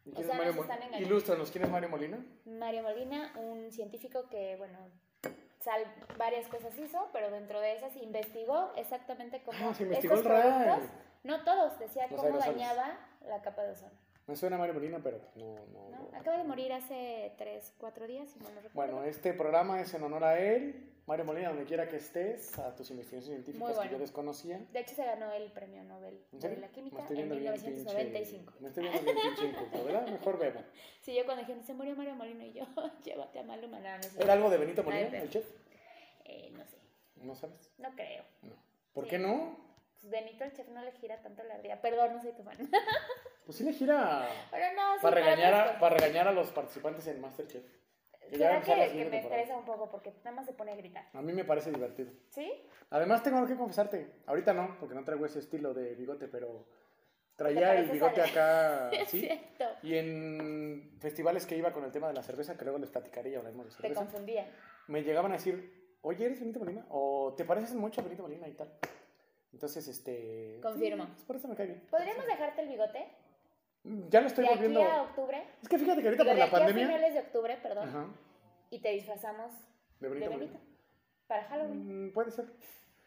Speaker 3: ¿Y
Speaker 4: o
Speaker 3: quién es
Speaker 4: sea,
Speaker 3: Mario
Speaker 4: nos están
Speaker 3: Mol-
Speaker 4: engañando.
Speaker 3: Ilústranos, ¿quién es Mario Molina?
Speaker 4: Mario Molina, un científico que, bueno, sal varias cosas hizo, pero dentro de esas investigó exactamente cómo
Speaker 3: Ah, se investigó el
Speaker 4: estos
Speaker 3: RAE.
Speaker 4: productos- no todos, decía
Speaker 3: Los
Speaker 4: cómo
Speaker 3: aerosoles.
Speaker 4: dañaba la capa de ozono.
Speaker 3: Me suena a Mario Molina, pero pues no, no.
Speaker 4: ¿no?
Speaker 3: no.
Speaker 4: Acaba de morir hace 3, 4 días, si mal no recuerdo.
Speaker 3: Oh, Bueno, este programa es en honor a él. Mario Molina, donde quiera que estés, a tus investigaciones científicas que
Speaker 4: bueno.
Speaker 3: yo desconocía.
Speaker 4: De hecho, se ganó el premio Nobel
Speaker 3: ¿En
Speaker 4: de
Speaker 3: serio?
Speaker 4: la
Speaker 3: Me
Speaker 4: Química
Speaker 3: estoy
Speaker 4: en
Speaker 3: viendo bien pinche-
Speaker 4: 1995.
Speaker 3: Me estoy viendo bien pinche inculto, ¿verdad? Mejor bebo.
Speaker 4: Sí, yo cuando dijeron, se murió Mario Molino y yo, llévate a Maluma, nada, no sé.
Speaker 3: ¿Era algo de Benito
Speaker 4: Ay,
Speaker 3: Molina,
Speaker 4: pero-
Speaker 3: el chef?
Speaker 4: Eh, no sé,
Speaker 3: ¿No sabes?
Speaker 4: no creo.
Speaker 3: No. ¿Por
Speaker 4: Sí.
Speaker 3: qué no?
Speaker 4: Pues Benito el chef no le gira tanto la ardilla. Perdón, no soy tu fan.
Speaker 3: Pues sí le gira
Speaker 4: Pero no, Ah, sí,
Speaker 3: para regañar, a,
Speaker 4: otras
Speaker 3: para regañar a los participantes en Masterchef.
Speaker 4: cosas.
Speaker 3: que ya va a
Speaker 4: ¿Será
Speaker 3: empezar la
Speaker 4: que, que
Speaker 3: siguiente
Speaker 4: me
Speaker 3: temporada.
Speaker 4: estresa un poco? Porque nada más se pone a gritar.
Speaker 3: A mí me parece divertido.
Speaker 4: ¿Sí?
Speaker 3: Además, tengo algo que confesarte. Ahorita no, porque no traigo ese estilo de bigote, pero
Speaker 4: Te
Speaker 3: traía el
Speaker 4: pareces
Speaker 3: bigote
Speaker 4: a-
Speaker 3: acá,
Speaker 4: Es
Speaker 3: ¿sí?
Speaker 4: cierto.
Speaker 3: Y en festivales que iba con el tema de la cerveza, que luego les platicaré y hablaremos de
Speaker 4: Te
Speaker 3: cerveza,
Speaker 4: confundía.
Speaker 3: me llegaban a decir, oye, ¿eres Benito Molina? O te pareces mucho a Benito Molina y tal. Entonces, este...
Speaker 4: Confirmo.
Speaker 3: sí, por eso me cae bien.
Speaker 4: ¿Podríamos dejarte el bigote?
Speaker 3: Ya lo estoy
Speaker 4: de
Speaker 3: volviendo...
Speaker 4: aquí a octubre.
Speaker 3: Es que fíjate que ahorita por
Speaker 4: Digo, de
Speaker 3: la
Speaker 4: aquí a
Speaker 3: pandemia...
Speaker 4: finales de octubre, perdón.
Speaker 3: Ajá,
Speaker 4: Y te disfrazamos
Speaker 3: de
Speaker 4: de
Speaker 3: Benito
Speaker 4: Benito.
Speaker 3: Molina.
Speaker 4: Para Halloween.
Speaker 3: Mm, puede ser.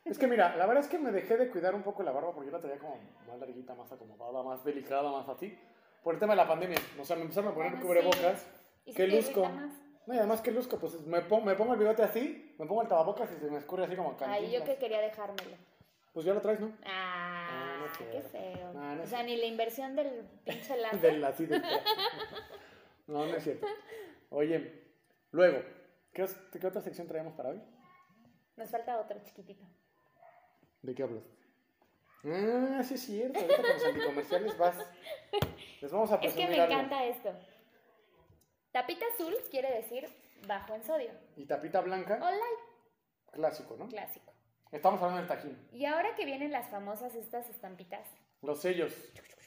Speaker 3: Es que mira, la verdad es que me dejé de cuidar un poco la barba porque yo la traía como más larguita, más acomodada, más delicada, más así. Por el tema de la pandemia. O sea, me empezaron a poner
Speaker 4: Bueno,
Speaker 3: cubrebocas.
Speaker 4: Y se
Speaker 3: ¿Qué
Speaker 4: te
Speaker 3: luzco?
Speaker 4: irrita más.
Speaker 3: No, y además que luzco, pues me pongo, me pongo el bigote así, me pongo el tapabocas y se me escurre así como
Speaker 4: Ay, yo
Speaker 3: Cantinflas.
Speaker 4: que quería dejármelo.
Speaker 3: Pues ya lo traes, ¿no?
Speaker 4: Ah,
Speaker 3: No, no es
Speaker 4: qué
Speaker 3: cierto. Ah,
Speaker 4: feo.
Speaker 3: No, no
Speaker 4: o
Speaker 3: es
Speaker 4: sea, ni la inversión del pinche lazo.
Speaker 3: Del así del- No, no es cierto. Oye, luego, ¿qué, os- qué otra sección traemos para hoy?
Speaker 4: Nos falta otro chiquitito.
Speaker 3: ¿De qué hablas? Ah, sí es cierto. Ahorita con los anticomerciales vas. Les vamos a
Speaker 4: Es que
Speaker 3: presumir
Speaker 4: me
Speaker 3: algo.
Speaker 4: encanta esto. Tapita azul quiere decir bajo en sodio.
Speaker 3: Y tapita blanca,
Speaker 4: O light
Speaker 3: clásico, ¿no?
Speaker 4: clásico.
Speaker 3: Estamos hablando del tajín.
Speaker 4: Y ahora que vienen las famosas estas estampitas,
Speaker 3: Los sellos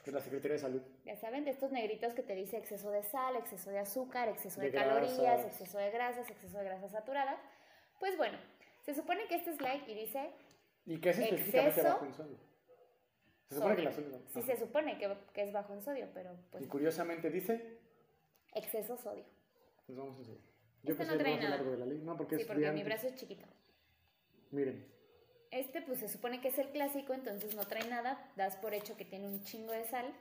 Speaker 3: de la Secretaría de Salud.
Speaker 4: ya saben, de estos negritos que te dice exceso de sal, exceso de azúcar, exceso de,
Speaker 3: De
Speaker 4: calorías,
Speaker 3: grasas.
Speaker 4: exceso de grasas, exceso de grasas saturadas. Pues bueno, se supone que este es light y dice
Speaker 3: ¿Y qué es específicamente
Speaker 4: Exceso.
Speaker 3: bajo en sodio? Se supone que
Speaker 4: sodio.
Speaker 3: la sodio.
Speaker 4: Sí,
Speaker 3: Ajá.
Speaker 4: se supone que, que es bajo en sodio, pero pues
Speaker 3: Y curiosamente dice,
Speaker 4: exceso sodio.
Speaker 3: nos vamos a sodio. Yo
Speaker 4: Este
Speaker 3: pensé
Speaker 4: no
Speaker 3: que
Speaker 4: trae
Speaker 3: vamos a
Speaker 4: nada.
Speaker 3: largo de la ley. No, porque
Speaker 4: Sí,
Speaker 3: es
Speaker 4: porque
Speaker 3: de
Speaker 4: mi
Speaker 3: antes.
Speaker 4: brazo es chiquito.
Speaker 3: Miren,
Speaker 4: Este pues se supone que es el clásico, entonces no trae nada, das por hecho que tiene un chingo de sal.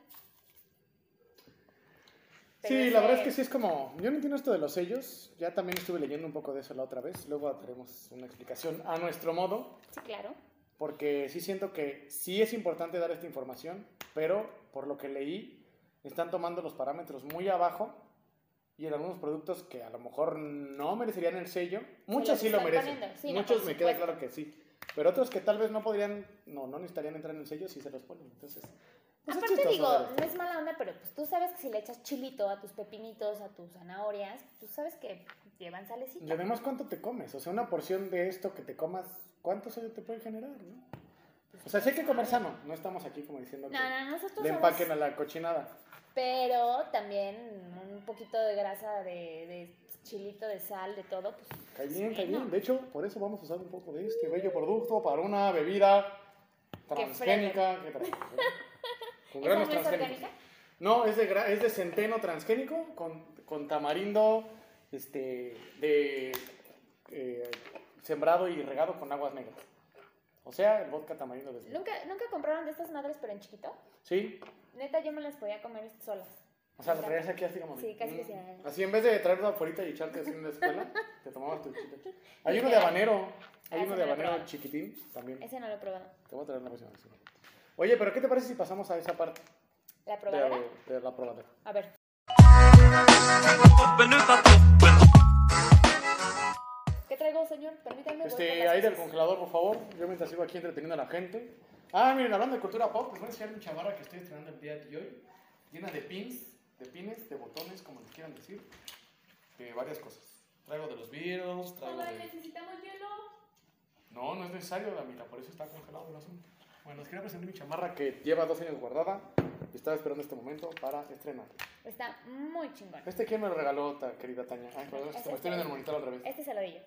Speaker 4: Pero
Speaker 3: sí, la
Speaker 4: ese-
Speaker 3: verdad es que sí es como. Yo no entiendo esto de los sellos. Ya también estuve leyendo un poco de eso la otra vez. Luego haremos una explicación a nuestro modo.
Speaker 4: Sí, claro.
Speaker 3: Porque sí siento que sí es importante dar esta información. Pero por lo que leí, están tomando los parámetros muy abajo. Y en algunos productos que a lo mejor no merecerían el sello. Muchos
Speaker 4: los
Speaker 3: sí lo
Speaker 4: están
Speaker 3: merecen.
Speaker 4: poniendo, sí, no,
Speaker 3: Muchos
Speaker 4: por
Speaker 3: me queda
Speaker 4: supuesto.
Speaker 3: claro que sí. Pero otros que tal vez no podrían. No, no necesitarían entrar en el sello si se los ponen. Entonces. pues es
Speaker 4: Aparte
Speaker 3: chistoso
Speaker 4: digo,
Speaker 3: ver esto.
Speaker 4: no es mala onda, pero pues tú sabes que si le echas chilito a tus pepinitos, a tus zanahorias, tú sabes que llevan salecita.
Speaker 3: Y además, ¿cuánto te comes? O sea, una porción de esto que te comas, ¿cuánto sodio te puede generar, no? O sea, sí hay que comer sano. No estamos aquí como diciendo que
Speaker 4: No, no, nosotros
Speaker 3: le
Speaker 4: somos-
Speaker 3: empaquen a la cochinada.
Speaker 4: Pero también un poquito de grasa, de, de chilito, de sal, de todo, pues
Speaker 3: Cae bien,
Speaker 4: Sí,
Speaker 3: cae bien.
Speaker 4: no.
Speaker 3: De hecho, por eso vamos a usar un poco de este bello producto para una bebida transgénica. ¿Qué tal? Con
Speaker 4: ¿Esa
Speaker 3: granos
Speaker 4: no es
Speaker 3: transgénicos.
Speaker 4: orgánica?
Speaker 3: No, es de, gra- es de centeno transgénico con, con tamarindo este, de eh, sembrado y regado con aguas negras. O sea, el vodka tamarindo de
Speaker 4: ¿Nunca, nunca compraron de estas madres, pero en chiquito.
Speaker 3: Sí,
Speaker 4: Neta, yo me las podía comer solas.
Speaker 3: O sea, lo traías aquí así como. de,
Speaker 4: Sí, casi que
Speaker 3: mm.
Speaker 4: sí.
Speaker 3: Así en vez de traerlo afuera y echarte así en la escuela, te tomabas tu chita. Hay uno de habanero. Hay
Speaker 4: Ah,
Speaker 3: uno de
Speaker 4: ese no lo he
Speaker 3: habanero
Speaker 4: probado.
Speaker 3: chiquitín también.
Speaker 4: Ese no lo he probado.
Speaker 3: Te voy a traer la próxima vez. Oye, pero ¿qué te parece si pasamos a esa parte
Speaker 4: ¿La probadora?
Speaker 3: de, de la probadera?
Speaker 4: A ver. ¿Qué traigo, señor? Permítame. voy por
Speaker 3: Este,
Speaker 4: las
Speaker 3: ahí del
Speaker 4: cosas.
Speaker 3: congelador, por favor. Yo mientras sigo aquí entreteniendo a la gente. Ah, miren, hablando de cultura pop, les voy a enseñar mi chamarra que estoy estrenando el día de hoy. Llena de pins, de pines, de botones, como les quieran decir. De varias cosas. Traigo de los virus, traigo
Speaker 4: Mamá,
Speaker 3: de...
Speaker 4: necesitamos hielo.
Speaker 3: No, no es necesario, amiga, por eso está congelado el asunto. Bueno, les quería presentar mi chamarra que lleva dos años guardada y estaba esperando este momento para estrenar.
Speaker 4: Está muy chingón.
Speaker 3: ¿Este quién me lo regaló, ta- querida Tania? Ay, perdón, es que
Speaker 4: Este
Speaker 3: me estoy viendo el monitor al revés.
Speaker 4: Este se lo di yo.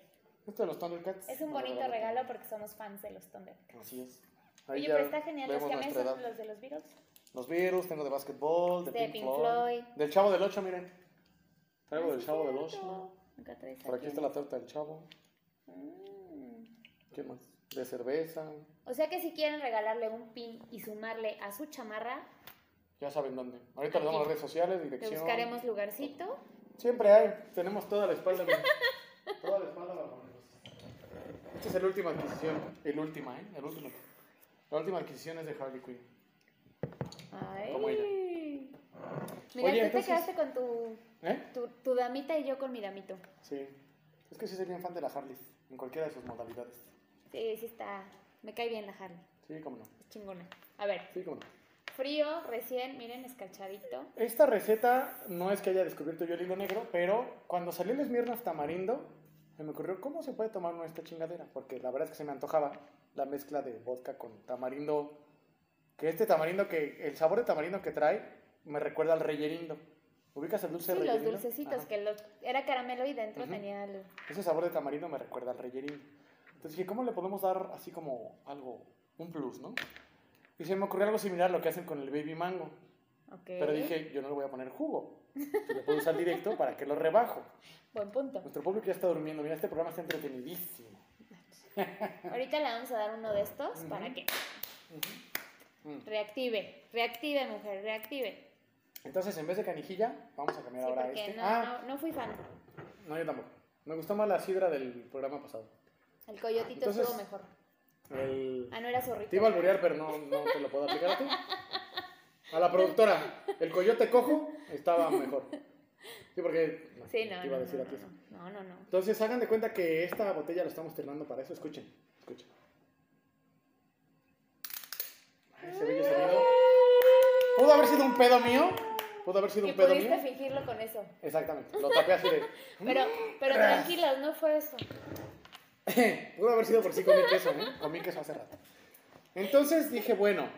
Speaker 3: Este de los Thundercats.
Speaker 4: Es un
Speaker 3: me lo
Speaker 4: bonito
Speaker 3: regaló
Speaker 4: regalo porque somos fans de los Thundercats.
Speaker 3: Tania. Así es. Ahí
Speaker 4: Oye,
Speaker 3: ya
Speaker 4: pero está genial. Los
Speaker 3: vemos
Speaker 4: que me
Speaker 3: nuestra
Speaker 4: son
Speaker 3: edad.
Speaker 4: los de los Beatles.
Speaker 3: Los virus, tengo de básquetbol, de,
Speaker 4: De
Speaker 3: Pink,
Speaker 4: Pink
Speaker 3: Floyd.
Speaker 4: Floyd.
Speaker 3: Del Chavo del 8, miren.
Speaker 4: Ah,
Speaker 3: Traigo del
Speaker 4: sí,
Speaker 3: Chavo del
Speaker 4: cierto.
Speaker 3: 8.
Speaker 4: Acá traes
Speaker 3: Por aquí está la
Speaker 4: uno.
Speaker 3: tarta del Chavo.
Speaker 4: Mm.
Speaker 3: ¿Qué más? De cerveza.
Speaker 4: O sea que si quieren regalarle un pin y sumarle a su chamarra,
Speaker 3: Ya saben dónde. Ahorita les damos las
Speaker 4: Aquí.
Speaker 3: redes sociales,
Speaker 4: le
Speaker 3: dirección.
Speaker 4: buscaremos lugarcito.
Speaker 3: Siempre hay. Tenemos toda la espalda. mira. toda la espalda la ponemos. Esta es la última adquisición. El última, ¿eh? El último. La última adquisición es de Harley Quinn.
Speaker 4: Ay.
Speaker 3: Como ella.
Speaker 4: Mira,
Speaker 3: Oye,
Speaker 4: tú
Speaker 3: entonces-
Speaker 4: te quedaste con tu,
Speaker 3: ¿Eh?
Speaker 4: tu, tu damita y yo con mi damito.
Speaker 3: Sí. Es que sí soy bien fan de la Harley, en cualquiera de sus modalidades.
Speaker 4: Sí, sí está. Me cae bien la Harley.
Speaker 3: Sí, cómo no.
Speaker 4: Es chingona. A ver,
Speaker 3: Sí, cómo no.
Speaker 4: frío, recién, miren, escarchadito.
Speaker 3: Esta receta no es que haya descubierto yo el hilo negro, pero cuando salió el Smirnoff tamarindo, se me ocurrió cómo se puede tomar una esta chingadera, porque la verdad es que se me antojaba la mezcla de vodka con tamarindo, que este tamarindo que, el sabor de tamarindo que trae, me recuerda al reyerindo. ¿Ubicas el dulce
Speaker 4: Sí, los
Speaker 3: reyerindo?
Speaker 4: dulcecitos,
Speaker 3: Ajá.
Speaker 4: que los, era caramelo y dentro
Speaker 3: Ujú.
Speaker 4: tenía el-
Speaker 3: Ese sabor de tamarindo me recuerda al reyerindo. Entonces dije, ¿cómo le podemos dar así como algo, un plus, no? Y se me ocurrió algo similar a lo que hacen con el baby mango.
Speaker 4: Ok.
Speaker 3: Pero dije, yo no le voy a poner jugo. Le puedo usar directo para que lo rebajo.
Speaker 4: Buen punto.
Speaker 3: Nuestro público ya está durmiendo. Mira, este programa está entretenidísimo.
Speaker 4: Ahorita le vamos a dar uno de estos
Speaker 3: Ujú.
Speaker 4: para que
Speaker 3: Ujú. Mm.
Speaker 4: reactive. Reactive, mujer, reactive.
Speaker 3: Entonces, en vez de canijilla, vamos a
Speaker 4: Sí,
Speaker 3: cambiar ahora a
Speaker 4: porque
Speaker 3: este.
Speaker 4: no,
Speaker 3: ah,
Speaker 4: no, no fui fan.
Speaker 3: no. yo tampoco. Me gustó más la sidra del programa pasado.
Speaker 4: El coyotito
Speaker 3: Entonces-
Speaker 4: estuvo mejor.
Speaker 3: El-
Speaker 4: Ah, no era zorrito.
Speaker 3: Te iba a alburear, pero no, no te lo puedo aplicar a ti. A la productora, el coyote cojo estaba mejor. Sí, porque no,
Speaker 4: Sí, no.
Speaker 3: te iba a
Speaker 4: no,
Speaker 3: decir
Speaker 4: no,
Speaker 3: a ti
Speaker 4: no,
Speaker 3: eso.
Speaker 4: no, no, no.
Speaker 3: Entonces, hagan de cuenta que esta botella la estamos ternando para eso. Escuchen, escuchen. Ay, ese bello sonido. ¿Pudo haber sido un pedo mío? ¿Pudo haber sido
Speaker 4: Y
Speaker 3: un pedo mío?
Speaker 4: pudiste fingirlo con eso.
Speaker 3: Exactamente, lo tapé así de. "Mm".
Speaker 4: Pero, pero tranquilos, no fue eso.
Speaker 3: Pudo haber sido por sí comí queso, ¿eh? Comí queso hace rato. Entonces dije, bueno,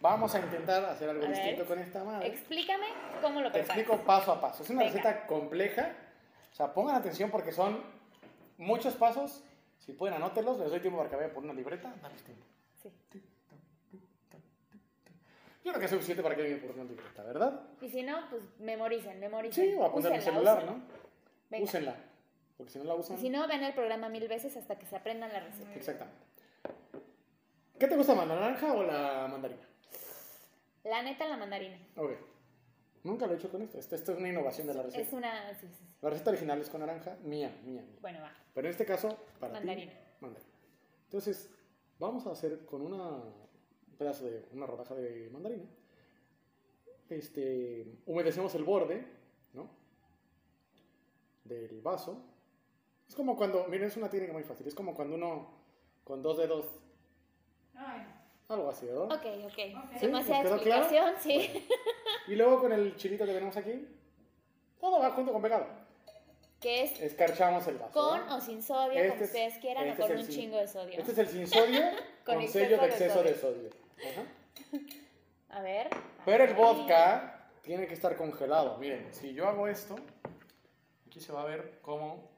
Speaker 3: vamos a intentar hacer algo
Speaker 4: A ver.
Speaker 3: distinto con esta madre.
Speaker 4: Explícame cómo lo
Speaker 3: Te
Speaker 4: preparas.
Speaker 3: explico paso a paso. Es una
Speaker 4: Venga.
Speaker 3: receta compleja. O sea, pongan atención porque son muchos pasos. Si pueden, anótelos. Les doy tiempo para que vayan por una libreta. Dales tiempo.
Speaker 4: Sí.
Speaker 3: Yo creo que es suficiente para que vayan por una libreta, ¿verdad?
Speaker 4: Y si no, pues memoricen, memoricen.
Speaker 3: Sí, voy a poner mi
Speaker 4: Úsenla,
Speaker 3: celular,
Speaker 4: úsenla.
Speaker 3: ¿no?
Speaker 4: Venga.
Speaker 3: Úsenla. Porque si no la
Speaker 4: Y
Speaker 3: usan.
Speaker 4: si no, ven el programa mil veces hasta que se aprendan la receta.
Speaker 3: Exactamente. ¿Qué te gusta más, la naranja o la mandarina?
Speaker 4: La neta, la mandarina.
Speaker 3: Ok. Nunca lo he hecho con esto. Esto, esto es una innovación de la receta.
Speaker 4: Es una... sí, sí, sí.
Speaker 3: La receta original es con naranja, mía, mía, mía.
Speaker 4: Bueno, va.
Speaker 3: Pero en este caso, para
Speaker 4: Mandarina.
Speaker 3: ti, mandarina. Entonces, vamos a hacer con una un pedazo de una rodaja de mandarina. Este, humedecemos el borde, ¿no? Del vaso. Es como cuando, miren, es una técnica muy fácil. Es como cuando uno con dos dedos, algo así, ¿verdad?
Speaker 4: Ok, ok.
Speaker 3: ¿Sí?
Speaker 4: Demasiada
Speaker 3: ¿Les quedó claro?
Speaker 4: explicación, sí.
Speaker 3: Bueno. Y luego con el chilito que tenemos aquí, todo va junto con pegado.
Speaker 4: Que es
Speaker 3: Escarchamos Este el vaso.
Speaker 4: con
Speaker 3: ¿verdad?
Speaker 4: o sin sodio,
Speaker 3: Este
Speaker 4: como
Speaker 3: es-
Speaker 4: ustedes quieran,
Speaker 3: este
Speaker 4: o
Speaker 3: es
Speaker 4: con
Speaker 3: el
Speaker 4: un
Speaker 3: sin-
Speaker 4: chingo de sodio.
Speaker 3: Este es el sin sodio con,
Speaker 4: Con
Speaker 3: sello de exceso
Speaker 4: exceso de
Speaker 3: de sodio. Ah, Ajá.
Speaker 4: A ver.
Speaker 3: Pero el
Speaker 4: Ahí.
Speaker 3: vodka tiene que estar congelado. Miren, si yo hago esto, aquí se va a ver cómo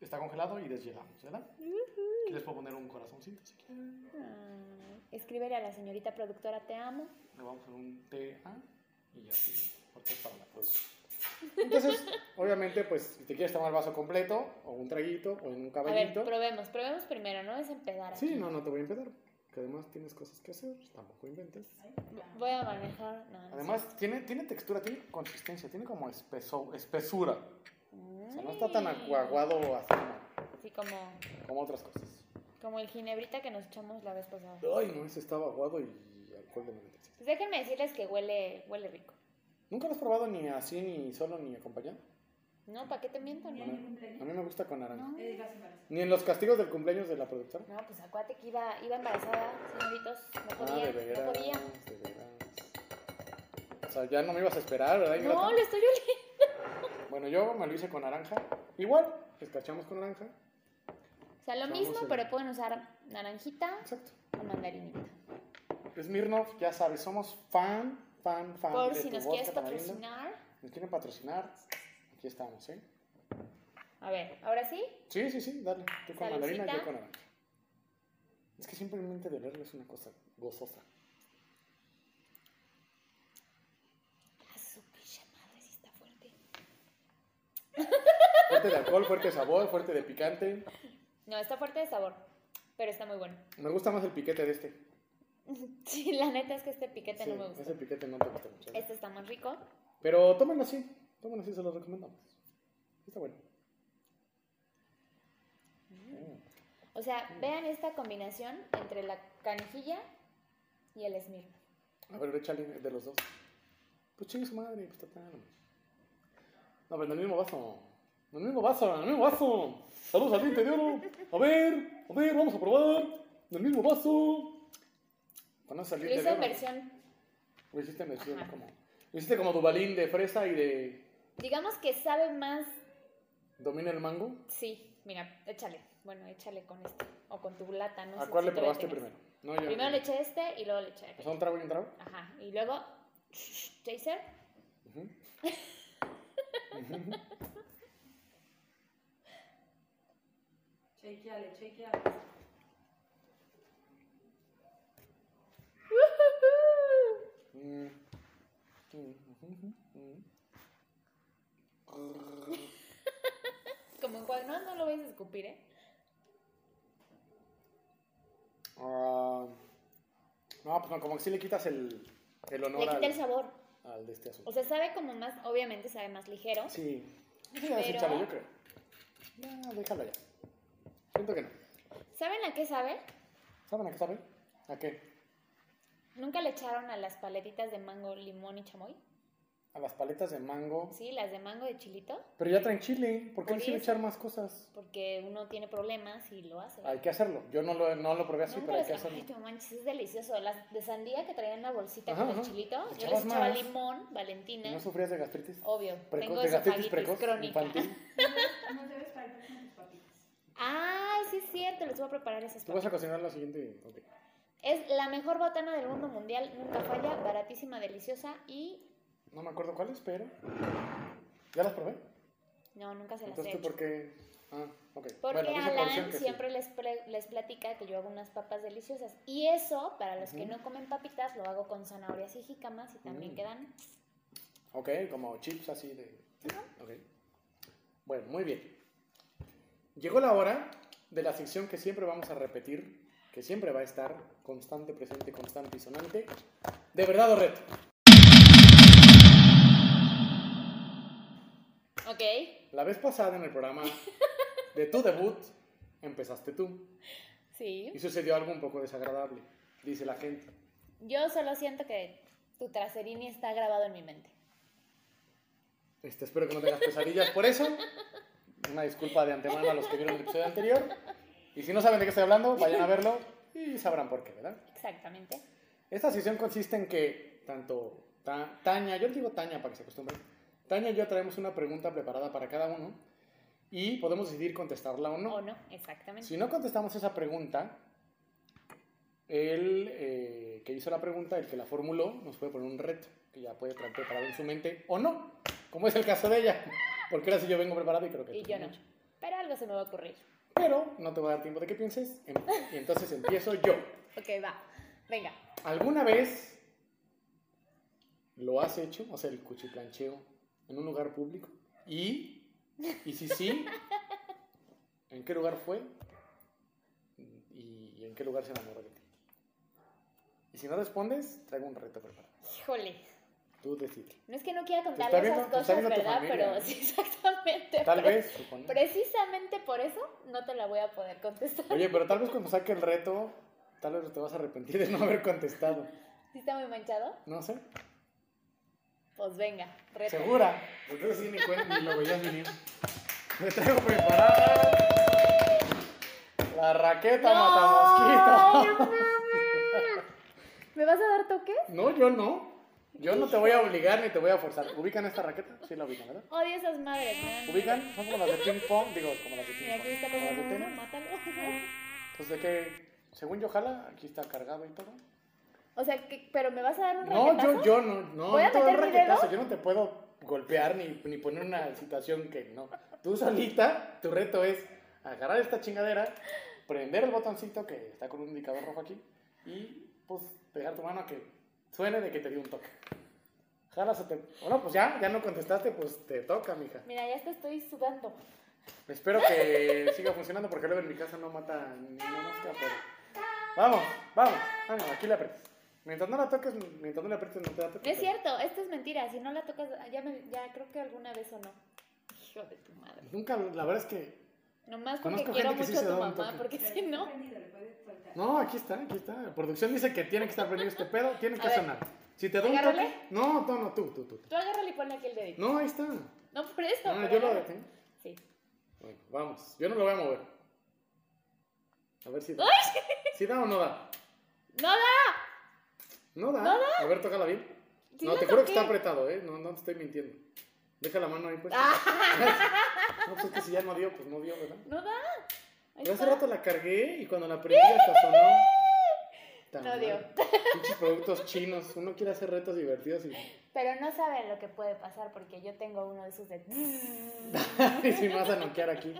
Speaker 3: está congelado y deshielamos, ¿verdad? Aquí les puedo poner un corazoncito si quieren.
Speaker 4: Ah, Escríbele a la señorita productora, te amo.
Speaker 3: Le vamos a poner un TA y así, porque es para la producción. Entonces, obviamente, pues, si te quieres tomar el vaso completo, o un traguito, o en un
Speaker 4: A ver,
Speaker 3: caballito.
Speaker 4: probemos, probemos primero, no es empedar.
Speaker 3: Sí,
Speaker 4: aquí.
Speaker 3: no, no te voy a empezar. que además tienes cosas que hacer, tampoco inventes.
Speaker 4: Voy a manejar. No, no
Speaker 3: Además, tiene, tiene textura, tiene consistencia, tiene como espeso, espesura. O sea, no está tan aguado o así como-
Speaker 4: Sí, como,
Speaker 3: como otras cosas.
Speaker 4: como el ginebrita que nos echamos la vez pasada.
Speaker 3: Ay, no, ese estaba aguado y alcohol de 97.
Speaker 4: Pues déjenme decirles que huele, huele rico.
Speaker 3: ¿Nunca lo has probado ni así, ni solo, ni acompañado?
Speaker 4: No, ¿para qué te miento?
Speaker 3: A
Speaker 4: No,
Speaker 3: mí, a mí me gusta con naranja.
Speaker 4: no.
Speaker 3: ¿Ni en los castigos del cumpleaños de la productora?
Speaker 4: No, pues acuérdate que iba, iba embarazada, señoritos. No
Speaker 3: Ah,
Speaker 4: podía,
Speaker 3: de veras,
Speaker 4: no podía.
Speaker 3: de veras. O sea, ya no me ibas a esperar, ¿verdad, ingrata?
Speaker 4: No, lo estoy oliendo.
Speaker 3: Bueno, yo me lo hice con naranja. Igual, escarchamos con naranja.
Speaker 4: O sea, lo
Speaker 3: Vamos
Speaker 4: mismo,
Speaker 3: a ver.
Speaker 4: pero pueden usar naranjita
Speaker 3: Exacto.
Speaker 4: o mandarinita.
Speaker 3: Smirnoff, ya sabes, somos fan, fan, fan
Speaker 4: Por
Speaker 3: de
Speaker 4: si
Speaker 3: Ah, tu
Speaker 4: nos
Speaker 3: vodka
Speaker 4: quieres
Speaker 3: tamarindo.
Speaker 4: patrocinar.
Speaker 3: Nos quieren patrocinar, aquí estamos, ¿eh?
Speaker 4: A ver, ahora sí.
Speaker 3: Sí, sí, sí, dale. Tú con mandarina,
Speaker 4: Salucita.
Speaker 3: yo con naranja. Es que simplemente de olerlo es una cosa gozosa.
Speaker 4: A Ah, su pinche madre, sí está fuerte.
Speaker 3: Fuerte de alcohol, fuerte de sabor, fuerte de picante.
Speaker 4: No, está fuerte de sabor, pero está muy bueno.
Speaker 3: Me gusta más el piquete de este.
Speaker 4: Sí, la neta es que este piquete
Speaker 3: Sí,
Speaker 4: no me gusta.
Speaker 3: Ese piquete no te gusta mucho. ¿eh?
Speaker 4: Este está más rico.
Speaker 3: Pero tómenlo así, tómenlo así, se los recomendamos. Está bueno. Mm.
Speaker 4: O sea, vean esta combinación entre la canijilla y el esmirno.
Speaker 3: A ver, échale de los dos. Pues chingue su madre, pues total. No, pero en el mismo vaso. En el mismo vaso, en el mismo vaso. Saludos al interior. A ver, a ver, vamos a probar. En el mismo vaso. Conoces al
Speaker 4: Lo
Speaker 3: interior.
Speaker 4: hice en versión,
Speaker 3: Lo hiciste en versión
Speaker 4: Ajá.
Speaker 3: como. Lo hiciste como Dubalín de fresa y de.
Speaker 4: digamos que sabe más.
Speaker 3: Domina el mango.
Speaker 4: Sí, mira, échale. Bueno, échale con este. O con tu lata, no
Speaker 3: ¿A
Speaker 4: sé
Speaker 3: cuál le
Speaker 4: si tú la
Speaker 3: probaste
Speaker 4: tengas.
Speaker 3: primero? No, yo.
Speaker 4: Primero le eché este y luego le eché
Speaker 3: O
Speaker 4: aquel.
Speaker 3: sea, un trago y un trago.
Speaker 4: Ajá. Y luego, chaser.
Speaker 3: Ujú. Ujú.
Speaker 5: Chequeale, chequeale.
Speaker 3: Mm. Mm, ujú, ujú, ujú.
Speaker 4: Como en cual, no, no lo vais a escupir, ¿eh?
Speaker 3: Ah, no, pues no, como que sí le quitas el, el honor
Speaker 4: le
Speaker 3: al,
Speaker 4: quita el sabor.
Speaker 3: al de este
Speaker 4: O
Speaker 3: asunto.
Speaker 4: sea, sabe como más, obviamente sabe más ligero.
Speaker 3: Sí, sí, ya sí,
Speaker 4: Pero-
Speaker 3: chale, yo creo. Ya, déjalo ya. Siento que no.
Speaker 4: ¿Saben a qué sabe?
Speaker 3: ¿Saben a qué sabe? ¿A qué?
Speaker 4: ¿Nunca le echaron a las paletitas de mango, limón y chamoy?
Speaker 3: A las paletas de mango.
Speaker 4: Sí, las de mango y de chilito.
Speaker 3: Pero ya traen chile, ¿por qué
Speaker 4: Por
Speaker 3: les quieren
Speaker 4: eso.
Speaker 3: echar más cosas?
Speaker 4: Porque uno tiene problemas y lo hace.
Speaker 3: Hay que hacerlo. Yo no lo, no lo probé así,
Speaker 4: Nunca
Speaker 3: pero hay
Speaker 4: les-
Speaker 3: que
Speaker 4: Ay,
Speaker 3: hacerlo.
Speaker 4: no manches, es delicioso. Las de sandía que traían la bolsita
Speaker 3: Ajá,
Speaker 4: con el
Speaker 3: ajá.
Speaker 4: chilito.
Speaker 3: Le
Speaker 4: Yo
Speaker 3: echabas
Speaker 4: les echaba
Speaker 3: más.
Speaker 4: limón,
Speaker 3: ¿Y
Speaker 4: valentina.
Speaker 3: ¿No sufrías de gastritis?
Speaker 4: Obvio,
Speaker 3: Precoz,
Speaker 4: Oh, tengo
Speaker 3: de gastritis
Speaker 4: esofagitis
Speaker 3: precoz,
Speaker 4: crónica.
Speaker 3: infantil.
Speaker 5: No debes perder con tus papitas.
Speaker 4: Ay, sí es cierto, les voy a preparar esas
Speaker 3: Tú vas a
Speaker 4: papas.
Speaker 3: cocinar la siguiente. ok.
Speaker 4: Es la mejor botana del mundo mundial, nunca falla, baratísima, deliciosa y...
Speaker 3: No me acuerdo cuáles, pero. ¿Ya las probé?
Speaker 4: No, nunca se las he
Speaker 3: Entonces, ¿tú
Speaker 4: hecho.
Speaker 3: por qué? Ah, ok.
Speaker 4: Porque
Speaker 3: dice producción
Speaker 4: Alan
Speaker 3: que sí.
Speaker 4: siempre les, pre- les platica que yo hago unas papas deliciosas. Y eso, para los que
Speaker 3: Ujú.
Speaker 4: no comen papitas, lo hago con zanahorias y jícamas y también
Speaker 3: Mm.
Speaker 4: quedan...
Speaker 3: Ok, como chips así de. Ok. Bueno, muy bien. Llegó la hora de la sección que siempre vamos a repetir, que siempre va a estar constante, presente, constante y sonante. De verdad o reto.
Speaker 4: Ok,
Speaker 3: La vez pasada en el programa de tu debut, empezaste tú.
Speaker 4: sí.
Speaker 3: Y sucedió algo un poco desagradable, dice la gente.
Speaker 4: Yo solo siento que tu traserini está grabado en mi mente.
Speaker 3: Este, espero que no tengas pesadillas por eso. Una disculpa de antemano a los que vieron el episodio anterior. Y si no saben de qué estoy hablando, vayan a verlo y sabrán por qué, ¿verdad?
Speaker 4: Exactamente.
Speaker 3: Esta sesión consiste en que tanto Ta- Tania, yo le digo Tania para que se acostumbren, Tania y yo traemos una pregunta preparada para cada uno y podemos decidir contestarla o no.
Speaker 4: O no, exactamente.
Speaker 3: Si no contestamos esa pregunta, el eh, que hizo la pregunta, el que la formuló, nos puede poner un reto que ya puede traer preparado en su mente o no, como es el caso de ella. Porque ahora sí yo vengo preparado y creo que
Speaker 4: Y
Speaker 3: tú
Speaker 4: yo no.
Speaker 3: también.
Speaker 4: Pero algo se me va a ocurrir.
Speaker 3: Pero no te voy a dar tiempo de que pienses em- y entonces empiezo yo.
Speaker 4: Ok, va. Venga.
Speaker 3: ¿Alguna vez lo has hecho, o sea, el cuchiplancheo, en un lugar público? ¿Y? ¿Y si sí? ¿En qué lugar fue? ¿Y, y en qué lugar se enamoró de ti? si no respondes, traigo un reto preparado.
Speaker 4: Híjole.
Speaker 3: Tú decides.
Speaker 4: No es que no quiera
Speaker 3: Pues está
Speaker 4: contarles esas
Speaker 3: viendo- te está
Speaker 4: cosas,
Speaker 3: viendo tu
Speaker 4: ¿verdad?
Speaker 3: familia. ¿eh?
Speaker 4: Pero sí, exactamente.
Speaker 3: Tal
Speaker 4: Pre-
Speaker 3: vez, supongo.
Speaker 4: Precisamente por eso no te la voy a poder contestar.
Speaker 3: Oye, pero tal vez cuando saque el reto, tal vez te vas a arrepentir de no haber contestado.
Speaker 4: ¿Sí está muy manchado?
Speaker 3: No sé.
Speaker 4: Pues venga, reto.
Speaker 3: ¿Segura? Porque eso sí ni, cuen- ni lo veías venir. Me traigo preparada. La raqueta
Speaker 4: ¡No!
Speaker 3: matamosquito.
Speaker 4: ¡No mames! ¿Me vas a dar toques?
Speaker 3: No, yo no. Yo no te voy a obligar ni te voy a forzar. ¿Ubican esta raqueta? Sí la ubican, ¿verdad?
Speaker 4: Odio esas madres, me dan-
Speaker 3: ¿Ubican? Son como las de ping pong. Digo, como las de ping
Speaker 4: Mira, aquí está
Speaker 3: pong. Como las de
Speaker 4: pasando uno,
Speaker 3: tenis.
Speaker 4: mátalo.
Speaker 3: Entonces, que según yo jala, aquí está cargado y todo.
Speaker 4: O sea, que- ¿pero me vas a dar un
Speaker 3: No,
Speaker 4: raquetazo?
Speaker 3: yo, yo no, no,
Speaker 4: ¿Voy a
Speaker 3: no te doy
Speaker 4: meter mi
Speaker 3: raquetazo, yo no te puedo golpear ni, ni poner una situación que no. Tú solita, tu reto es agarrar esta chingadera, prender el botoncito que está con un indicador rojo aquí y pues pegar tu mano a que suene de que te dio un toque. Jalas o te... Bueno, pues ya, ya no contestaste, pues te toca, mija.
Speaker 4: Mira, ya te estoy sudando.
Speaker 3: Espero que siga funcionando porque luego en mi casa no mata ni una mosca, pero... Vamos, vamos, vamos, aquí la aprietas. Mientras no la toques, mientras no la aprietes, no te da toque.
Speaker 4: No es
Speaker 3: pero-
Speaker 4: cierto, esto es mentira. Si no la tocas, ya, me- ya creo que alguna vez o no. Hijo de tu madre.
Speaker 3: Nunca, la verdad es que.
Speaker 4: Nomás porque
Speaker 3: Conozco
Speaker 4: quiero
Speaker 3: gente que
Speaker 4: mucho
Speaker 3: sí
Speaker 4: a
Speaker 3: se
Speaker 4: tu
Speaker 3: da un
Speaker 4: mamá,
Speaker 3: toque.
Speaker 4: porque si no.
Speaker 3: No, aquí está, aquí está. La producción dice que tiene que estar prendido este pedo, tiene que
Speaker 4: A ver.
Speaker 3: sonar. Si te doy un
Speaker 4: Agárrale.
Speaker 3: toque. No, no, no, tú, tú, tú. tú.
Speaker 4: Tú agárrale y ponle aquí el dedito.
Speaker 3: No, ahí está.
Speaker 4: No, pero esto.
Speaker 3: No,
Speaker 4: pero
Speaker 3: yo lo
Speaker 4: agárrale.
Speaker 3: detengo.
Speaker 4: Sí.
Speaker 3: Bueno, vamos. Yo no lo voy a mover. A ver si da. ¿Si da o no da?
Speaker 4: ¡No da!
Speaker 3: No da.
Speaker 4: No
Speaker 3: A ver, tócala bien.
Speaker 4: Sí
Speaker 3: no,
Speaker 4: la
Speaker 3: te juro que
Speaker 4: toqué.
Speaker 3: está apretado, ¿eh? No, no te estoy mintiendo. Deja la mano ahí, pues.
Speaker 4: Ah.
Speaker 3: No, pues es que si ya no dio, pues no dio, ¿verdad?
Speaker 4: ¡No da! Ahí
Speaker 3: Pero hace
Speaker 4: está.
Speaker 3: rato la cargué y cuando la prendí hasta sonó. Tan
Speaker 4: No
Speaker 3: mal.
Speaker 4: dio.
Speaker 3: Pinches productos chinos. Uno quiere hacer retos divertidos y,
Speaker 4: Pero no saben lo que puede pasar porque yo tengo uno de esos de. "Mm".
Speaker 3: y si me vas a noquear aquí.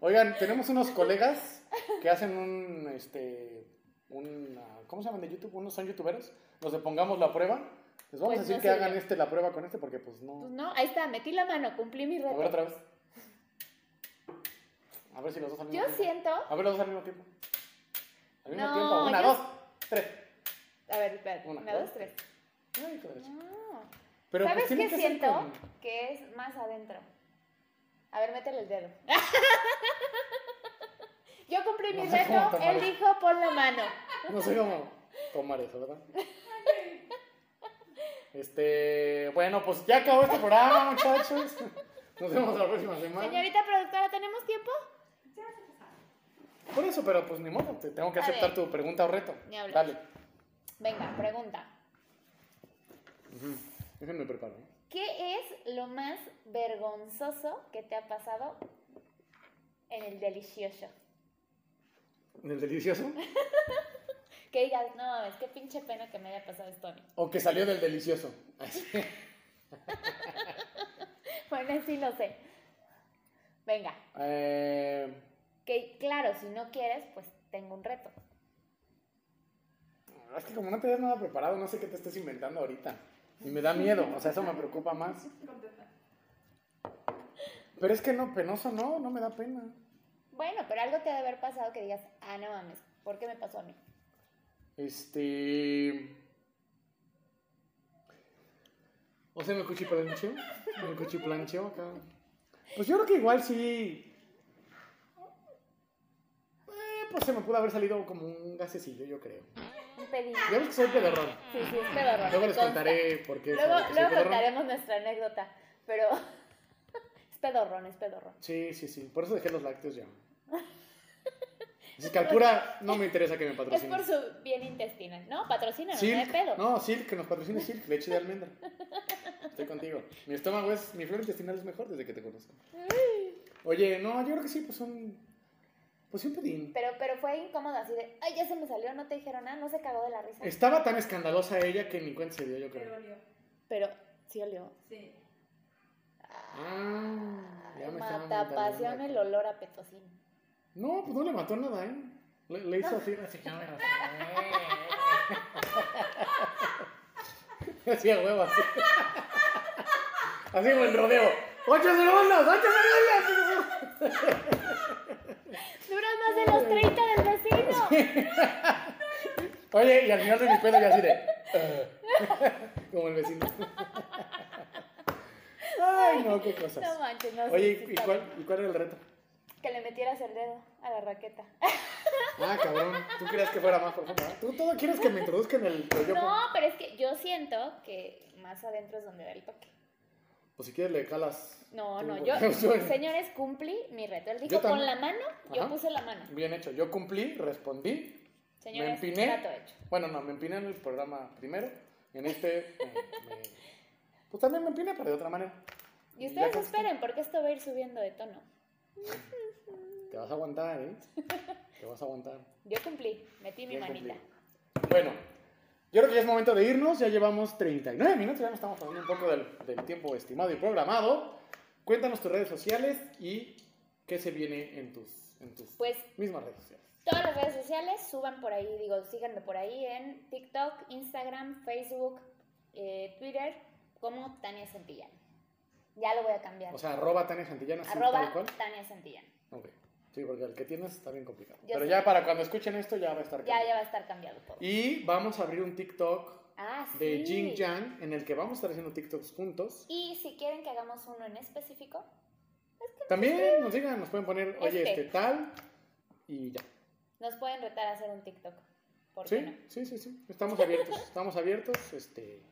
Speaker 3: Oigan, tenemos unos colegas que hacen un, este, un, ah, ¿cómo se llaman de YouTube? Unos son youtuberos. Los de pongamos la prueba. Les vamos
Speaker 4: Pues
Speaker 3: a decir
Speaker 4: no
Speaker 3: que
Speaker 4: sirve.
Speaker 3: hagan este la prueba con este porque pues
Speaker 4: Pues
Speaker 3: no.
Speaker 4: no, ahí está, metí la mano, cumplí mi
Speaker 3: A ver
Speaker 4: reto.
Speaker 3: otra vez. A ver si los dos al mismo
Speaker 4: Yo
Speaker 3: tiempo.
Speaker 4: siento.
Speaker 3: A ver los dos al mismo tiempo. Al mismo
Speaker 4: No,
Speaker 3: tiempo. Una,
Speaker 4: yo-
Speaker 3: dos, tres.
Speaker 4: A ver, espérate.
Speaker 3: Una,
Speaker 4: Una,
Speaker 3: dos,
Speaker 4: dos, tres.
Speaker 3: Ay, hijo de la chica.
Speaker 4: No.
Speaker 3: Pero
Speaker 4: Ah, ¿Sabes
Speaker 3: pues, tienen
Speaker 4: qué
Speaker 3: que hacer
Speaker 4: siento?
Speaker 3: con-
Speaker 4: Que es más adentro. A ver, métele el dedo. Yo cumplí mi
Speaker 3: No sé cómo
Speaker 4: reto,
Speaker 3: tomar
Speaker 4: él
Speaker 3: eso.
Speaker 4: dijo pon la mano.
Speaker 3: No sé cómo tomar eso, ¿verdad? Este, bueno, pues ya acabó este programa, muchachos. Nos vemos la próxima semana.
Speaker 4: Señorita productora, ¿tenemos tiempo?
Speaker 3: Por eso, pero pues ni modo, te tengo que
Speaker 4: A
Speaker 3: aceptar
Speaker 4: ver.
Speaker 3: tu pregunta o reto.
Speaker 4: Ni hablar.
Speaker 3: Dale.
Speaker 4: Venga, pregunta.
Speaker 3: Déjenme preparo. ¿eh?
Speaker 4: ¿Qué es lo más vergonzoso que te ha pasado en el delicioso?
Speaker 3: ¿El delicioso?
Speaker 4: Que digas, no mames, qué pinche pena que me haya pasado esto a mí.
Speaker 3: ¿O que salió del delicioso?
Speaker 4: Bueno, sí lo sé. Venga,
Speaker 3: Eh,
Speaker 4: que claro, si no quieres, pues tengo un reto.
Speaker 3: es que como no te das nada preparado, no sé qué te estés inventando ahorita. Y me da miedo, o sea, eso me preocupa más. Pero es que no, penoso no, no me da pena.
Speaker 4: Bueno, pero algo te ha de haber pasado que digas, ah, no mames, ¿por qué me pasó a mí?
Speaker 3: Este. O sea, me cuchiplancheo. Me cuchiplancheo acá. Pues yo creo que igual sí. Eh, pues se me pudo haber salido como un gasecillo, yo creo.
Speaker 4: Un pedillo.
Speaker 3: Ya ves que soy pedorrón.
Speaker 4: Sí, sí, es pedorrón.
Speaker 3: Luego
Speaker 4: me
Speaker 3: les
Speaker 4: consta.
Speaker 3: contaré por qué.
Speaker 4: Luego,
Speaker 3: saben que soy
Speaker 4: luego
Speaker 3: pedorrón.
Speaker 4: contaremos nuestra anécdota, pero es pedorrón, es pedorrón.
Speaker 3: Sí, sí, sí. Por eso dejé los lácteos ya. Es que Alpura no me interesa que me
Speaker 4: Es por
Speaker 3: patrocine.
Speaker 4: su bien intestinal, ¿no? Patrocina, no hay
Speaker 3: Silk.
Speaker 4: pedo.
Speaker 3: No, Silk, que nos patrocine Silk, leche de almendra. Estoy contigo. Mi estómago es, mi flor intestinal es mejor desde que te conozco. Oye, no, yo creo que sí, pues un, pues un pedín.
Speaker 4: Pero, pero fue incómodo así de, ay, ya se me salió, no te dijeron nada, no se cagó de la risa.
Speaker 3: Estaba tan escandalosa ella que ni cuenta se dio, yo
Speaker 5: Pero
Speaker 3: creo.
Speaker 5: olió.
Speaker 4: Pero sí olió.
Speaker 5: Sí.
Speaker 3: Ah, ya me estaban
Speaker 4: Mata pasión
Speaker 3: mentaleando
Speaker 4: el
Speaker 3: acá.
Speaker 4: olor a petocino.
Speaker 3: No, pues no le mató nada, ¿eh? Le, le hizo así, así que no me mató. Así a huevo, así. Así como el rodeo. ¡Ocho segundos! ¡Ocho segundos!
Speaker 4: Dura más de los 30 del vecino.
Speaker 3: Oye, y al final de mi pelo ya así de. "Eh", como el vecino. Ay, no, qué
Speaker 4: No
Speaker 3: cosas.
Speaker 4: manches, no sé
Speaker 3: Oye,
Speaker 4: si
Speaker 3: ¿y
Speaker 4: está
Speaker 3: cuál,
Speaker 4: bien.
Speaker 3: ¿y cuál era el reto?
Speaker 4: Que le metieras el dedo a la raqueta.
Speaker 3: Ah, cabrón. Tú querías que fuera más profundo. ¿verdad? Tú todo quieres que me introduzca en el pues, yoyopo.
Speaker 4: No, pero es que yo siento que más adentro es donde da el toque.
Speaker 3: O pues, si quieres, le calas.
Speaker 4: No,
Speaker 3: Tú,
Speaker 4: no,
Speaker 3: güey.
Speaker 4: yo,
Speaker 3: Soy-
Speaker 4: señores, cumplí mi reto. Él
Speaker 3: Yo
Speaker 4: dijo
Speaker 3: tam-
Speaker 4: con la mano, yo
Speaker 3: Ajá.
Speaker 4: puse la mano.
Speaker 3: Bien hecho. Yo cumplí, respondí.
Speaker 4: Señores,
Speaker 3: empiné.
Speaker 4: trato hecho.
Speaker 3: Bueno, no, me empiné en el programa primero. En este. me- me- Pues también me empiné, pero de otra manera.
Speaker 4: Y
Speaker 3: Ya
Speaker 4: ustedes
Speaker 3: consiste-
Speaker 4: esperen, porque esto va a ir subiendo de tono.
Speaker 3: Te vas a aguantar, ¿eh? Te vas a aguantar.
Speaker 4: Yo cumplí, metí mi
Speaker 3: Bien
Speaker 4: manita.
Speaker 3: cumplido. Bueno, yo creo que ya es momento de irnos. Ya llevamos 39 minutos, ya nos estamos pasando un poco del, del tiempo estimado y programado. Cuéntanos tus redes sociales y qué se viene en tus, en tus
Speaker 4: Pues
Speaker 3: mismas redes sociales.
Speaker 4: todas las redes sociales, suban por ahí, digo, síganme por ahí en TikTok, Instagram, Facebook, eh, Twitter, como Tania Santillán. Ya lo voy a cambiar.
Speaker 3: O sea, arroba Tania Santillana, así tal
Speaker 4: Arroba
Speaker 3: cual.
Speaker 4: Tania Santillán.
Speaker 3: Ok. Sí, porque el que tienes está bien complicado.
Speaker 4: Ya
Speaker 3: Pero
Speaker 4: sé.
Speaker 3: ya para cuando escuchen esto ya va a estar
Speaker 4: Ya,
Speaker 3: cambiado.
Speaker 4: ya va a estar cambiado todo.
Speaker 3: Y vamos a abrir un TikTok
Speaker 4: Ah,
Speaker 3: de
Speaker 4: sí.
Speaker 3: Jing Yang en el que vamos a estar haciendo TikToks juntos.
Speaker 4: Y si quieren que hagamos uno en específico,
Speaker 3: También nos digan, nos pueden poner, oye,
Speaker 4: Este.
Speaker 3: este tal y ya.
Speaker 4: nos pueden retar a hacer un TikTok. ¿Por qué
Speaker 3: Sí,
Speaker 4: no?
Speaker 3: sí, sí, sí. Estamos abiertos, estamos abiertos. Este,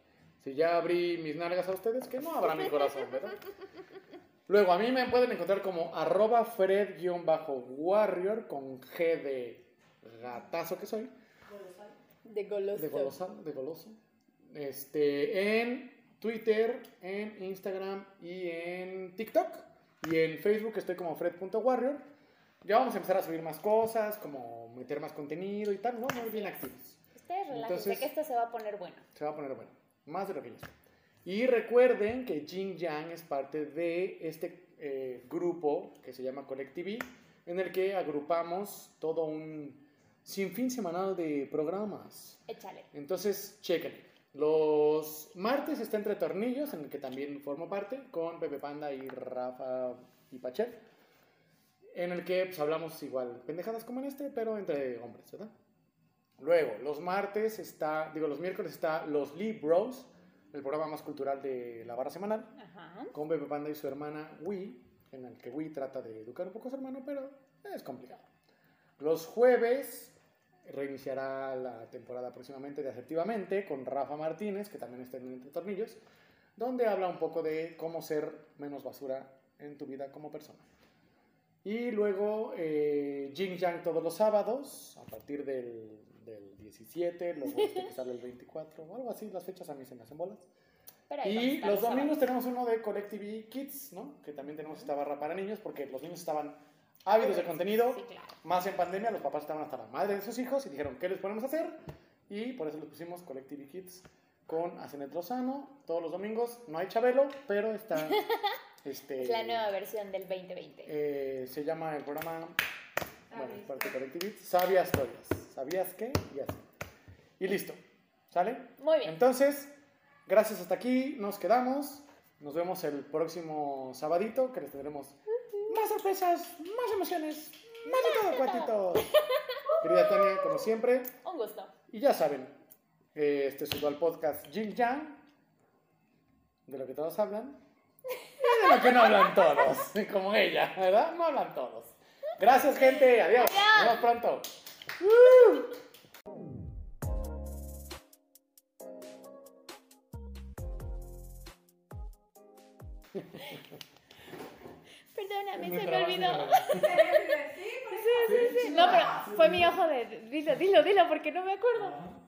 Speaker 3: si ya abrí mis nalgas a ustedes, que no habrá mi corazón, ¿verdad? Luego, a mí me pueden encontrar como arroba fred-warrior con G de gatazo que soy,
Speaker 5: Colosal.
Speaker 4: De goloso.
Speaker 3: de golosa, de goloso. Este, en Twitter, en Instagram y en TikTok. Y en Facebook estoy como fred.warrior. Ya vamos a empezar a subir más cosas, como meter más contenido y tal, ¿no? Muy bien activos.
Speaker 4: Ustedes relájense
Speaker 3: Entonces-
Speaker 4: que esto se va a poner bueno.
Speaker 3: Se va a poner bueno. Más de lo que ya está. Y recuerden que Jin Yang es parte de este eh, grupo que se llama Colectivi, en el que agrupamos todo un sinfín semanal de programas.
Speaker 4: Échale.
Speaker 3: Entonces, chequen. Los martes está Entre Tornillos, en el que también formo parte, con Pepe Panda y Rafa y Pachel. En el que pues, hablamos igual pendejadas como en este, pero entre hombres, ¿verdad? Luego, los martes está, digo, los miércoles está Los Lee Bros, el programa más cultural de la barra semanal,
Speaker 4: Ajá.
Speaker 3: con Pepe Panda y su hermana Wii, en el que Wii trata de educar un poco a su hermano, pero es complicado. Los jueves reiniciará la temporada próximamente de Asertivamente con Rafa Martínez, que también está en Entre Tornillos, donde habla un poco de cómo ser menos basura en tu vida como persona. Y luego eh, Jin Yang todos los sábados, a partir del, del 17, luego este que sale el 24, o algo así, las fechas a mí se me hacen bolas.
Speaker 4: Pero ahí vamos a
Speaker 3: Y
Speaker 4: estar
Speaker 3: los
Speaker 4: sábado.
Speaker 3: domingos tenemos uno de Collective Kids, ¿no? Que también tenemos esta barra para niños porque los niños estaban ávidos de contenido.
Speaker 4: Sí, claro.
Speaker 3: Más en pandemia, los papás estaban hasta la madre de sus hijos y dijeron, ¿qué les podemos hacer? Y por eso les pusimos Collective Kids con Asenet Lozano. Todos los domingos no hay Chabelo, pero está... este,
Speaker 4: Es la nueva versión del 2020.
Speaker 3: eh, se llama el programa
Speaker 4: Ah,
Speaker 3: bueno,
Speaker 5: Sabes,
Speaker 3: parte de Collective Kids, Sabias Historias. ¿Sabías qué? Y así. Y listo. ¿Sale?
Speaker 4: Muy bien.
Speaker 3: Entonces, gracias hasta aquí, nos quedamos. Nos vemos el próximo sabadito, que les tendremos más sorpresas, más emociones, más de todo, cuatitos. Querida Tania, como siempre,
Speaker 4: Un gusto.
Speaker 3: y ya saben, eh, este es su dual podcast Jin Yang, de lo que todos hablan, y de lo que no hablan todos, como ella, ¿verdad? No hablan todos. Gracias, gente, adiós, nos vemos pronto.
Speaker 4: Perdóname,
Speaker 3: Mi
Speaker 4: se me
Speaker 3: trabajo,
Speaker 4: olvidó.
Speaker 3: señora.
Speaker 5: Sí, sí, sí, por eso.
Speaker 4: Sí, sí, no, pero fue mi ojo de. Dilo, dilo, dilo, porque no me acuerdo.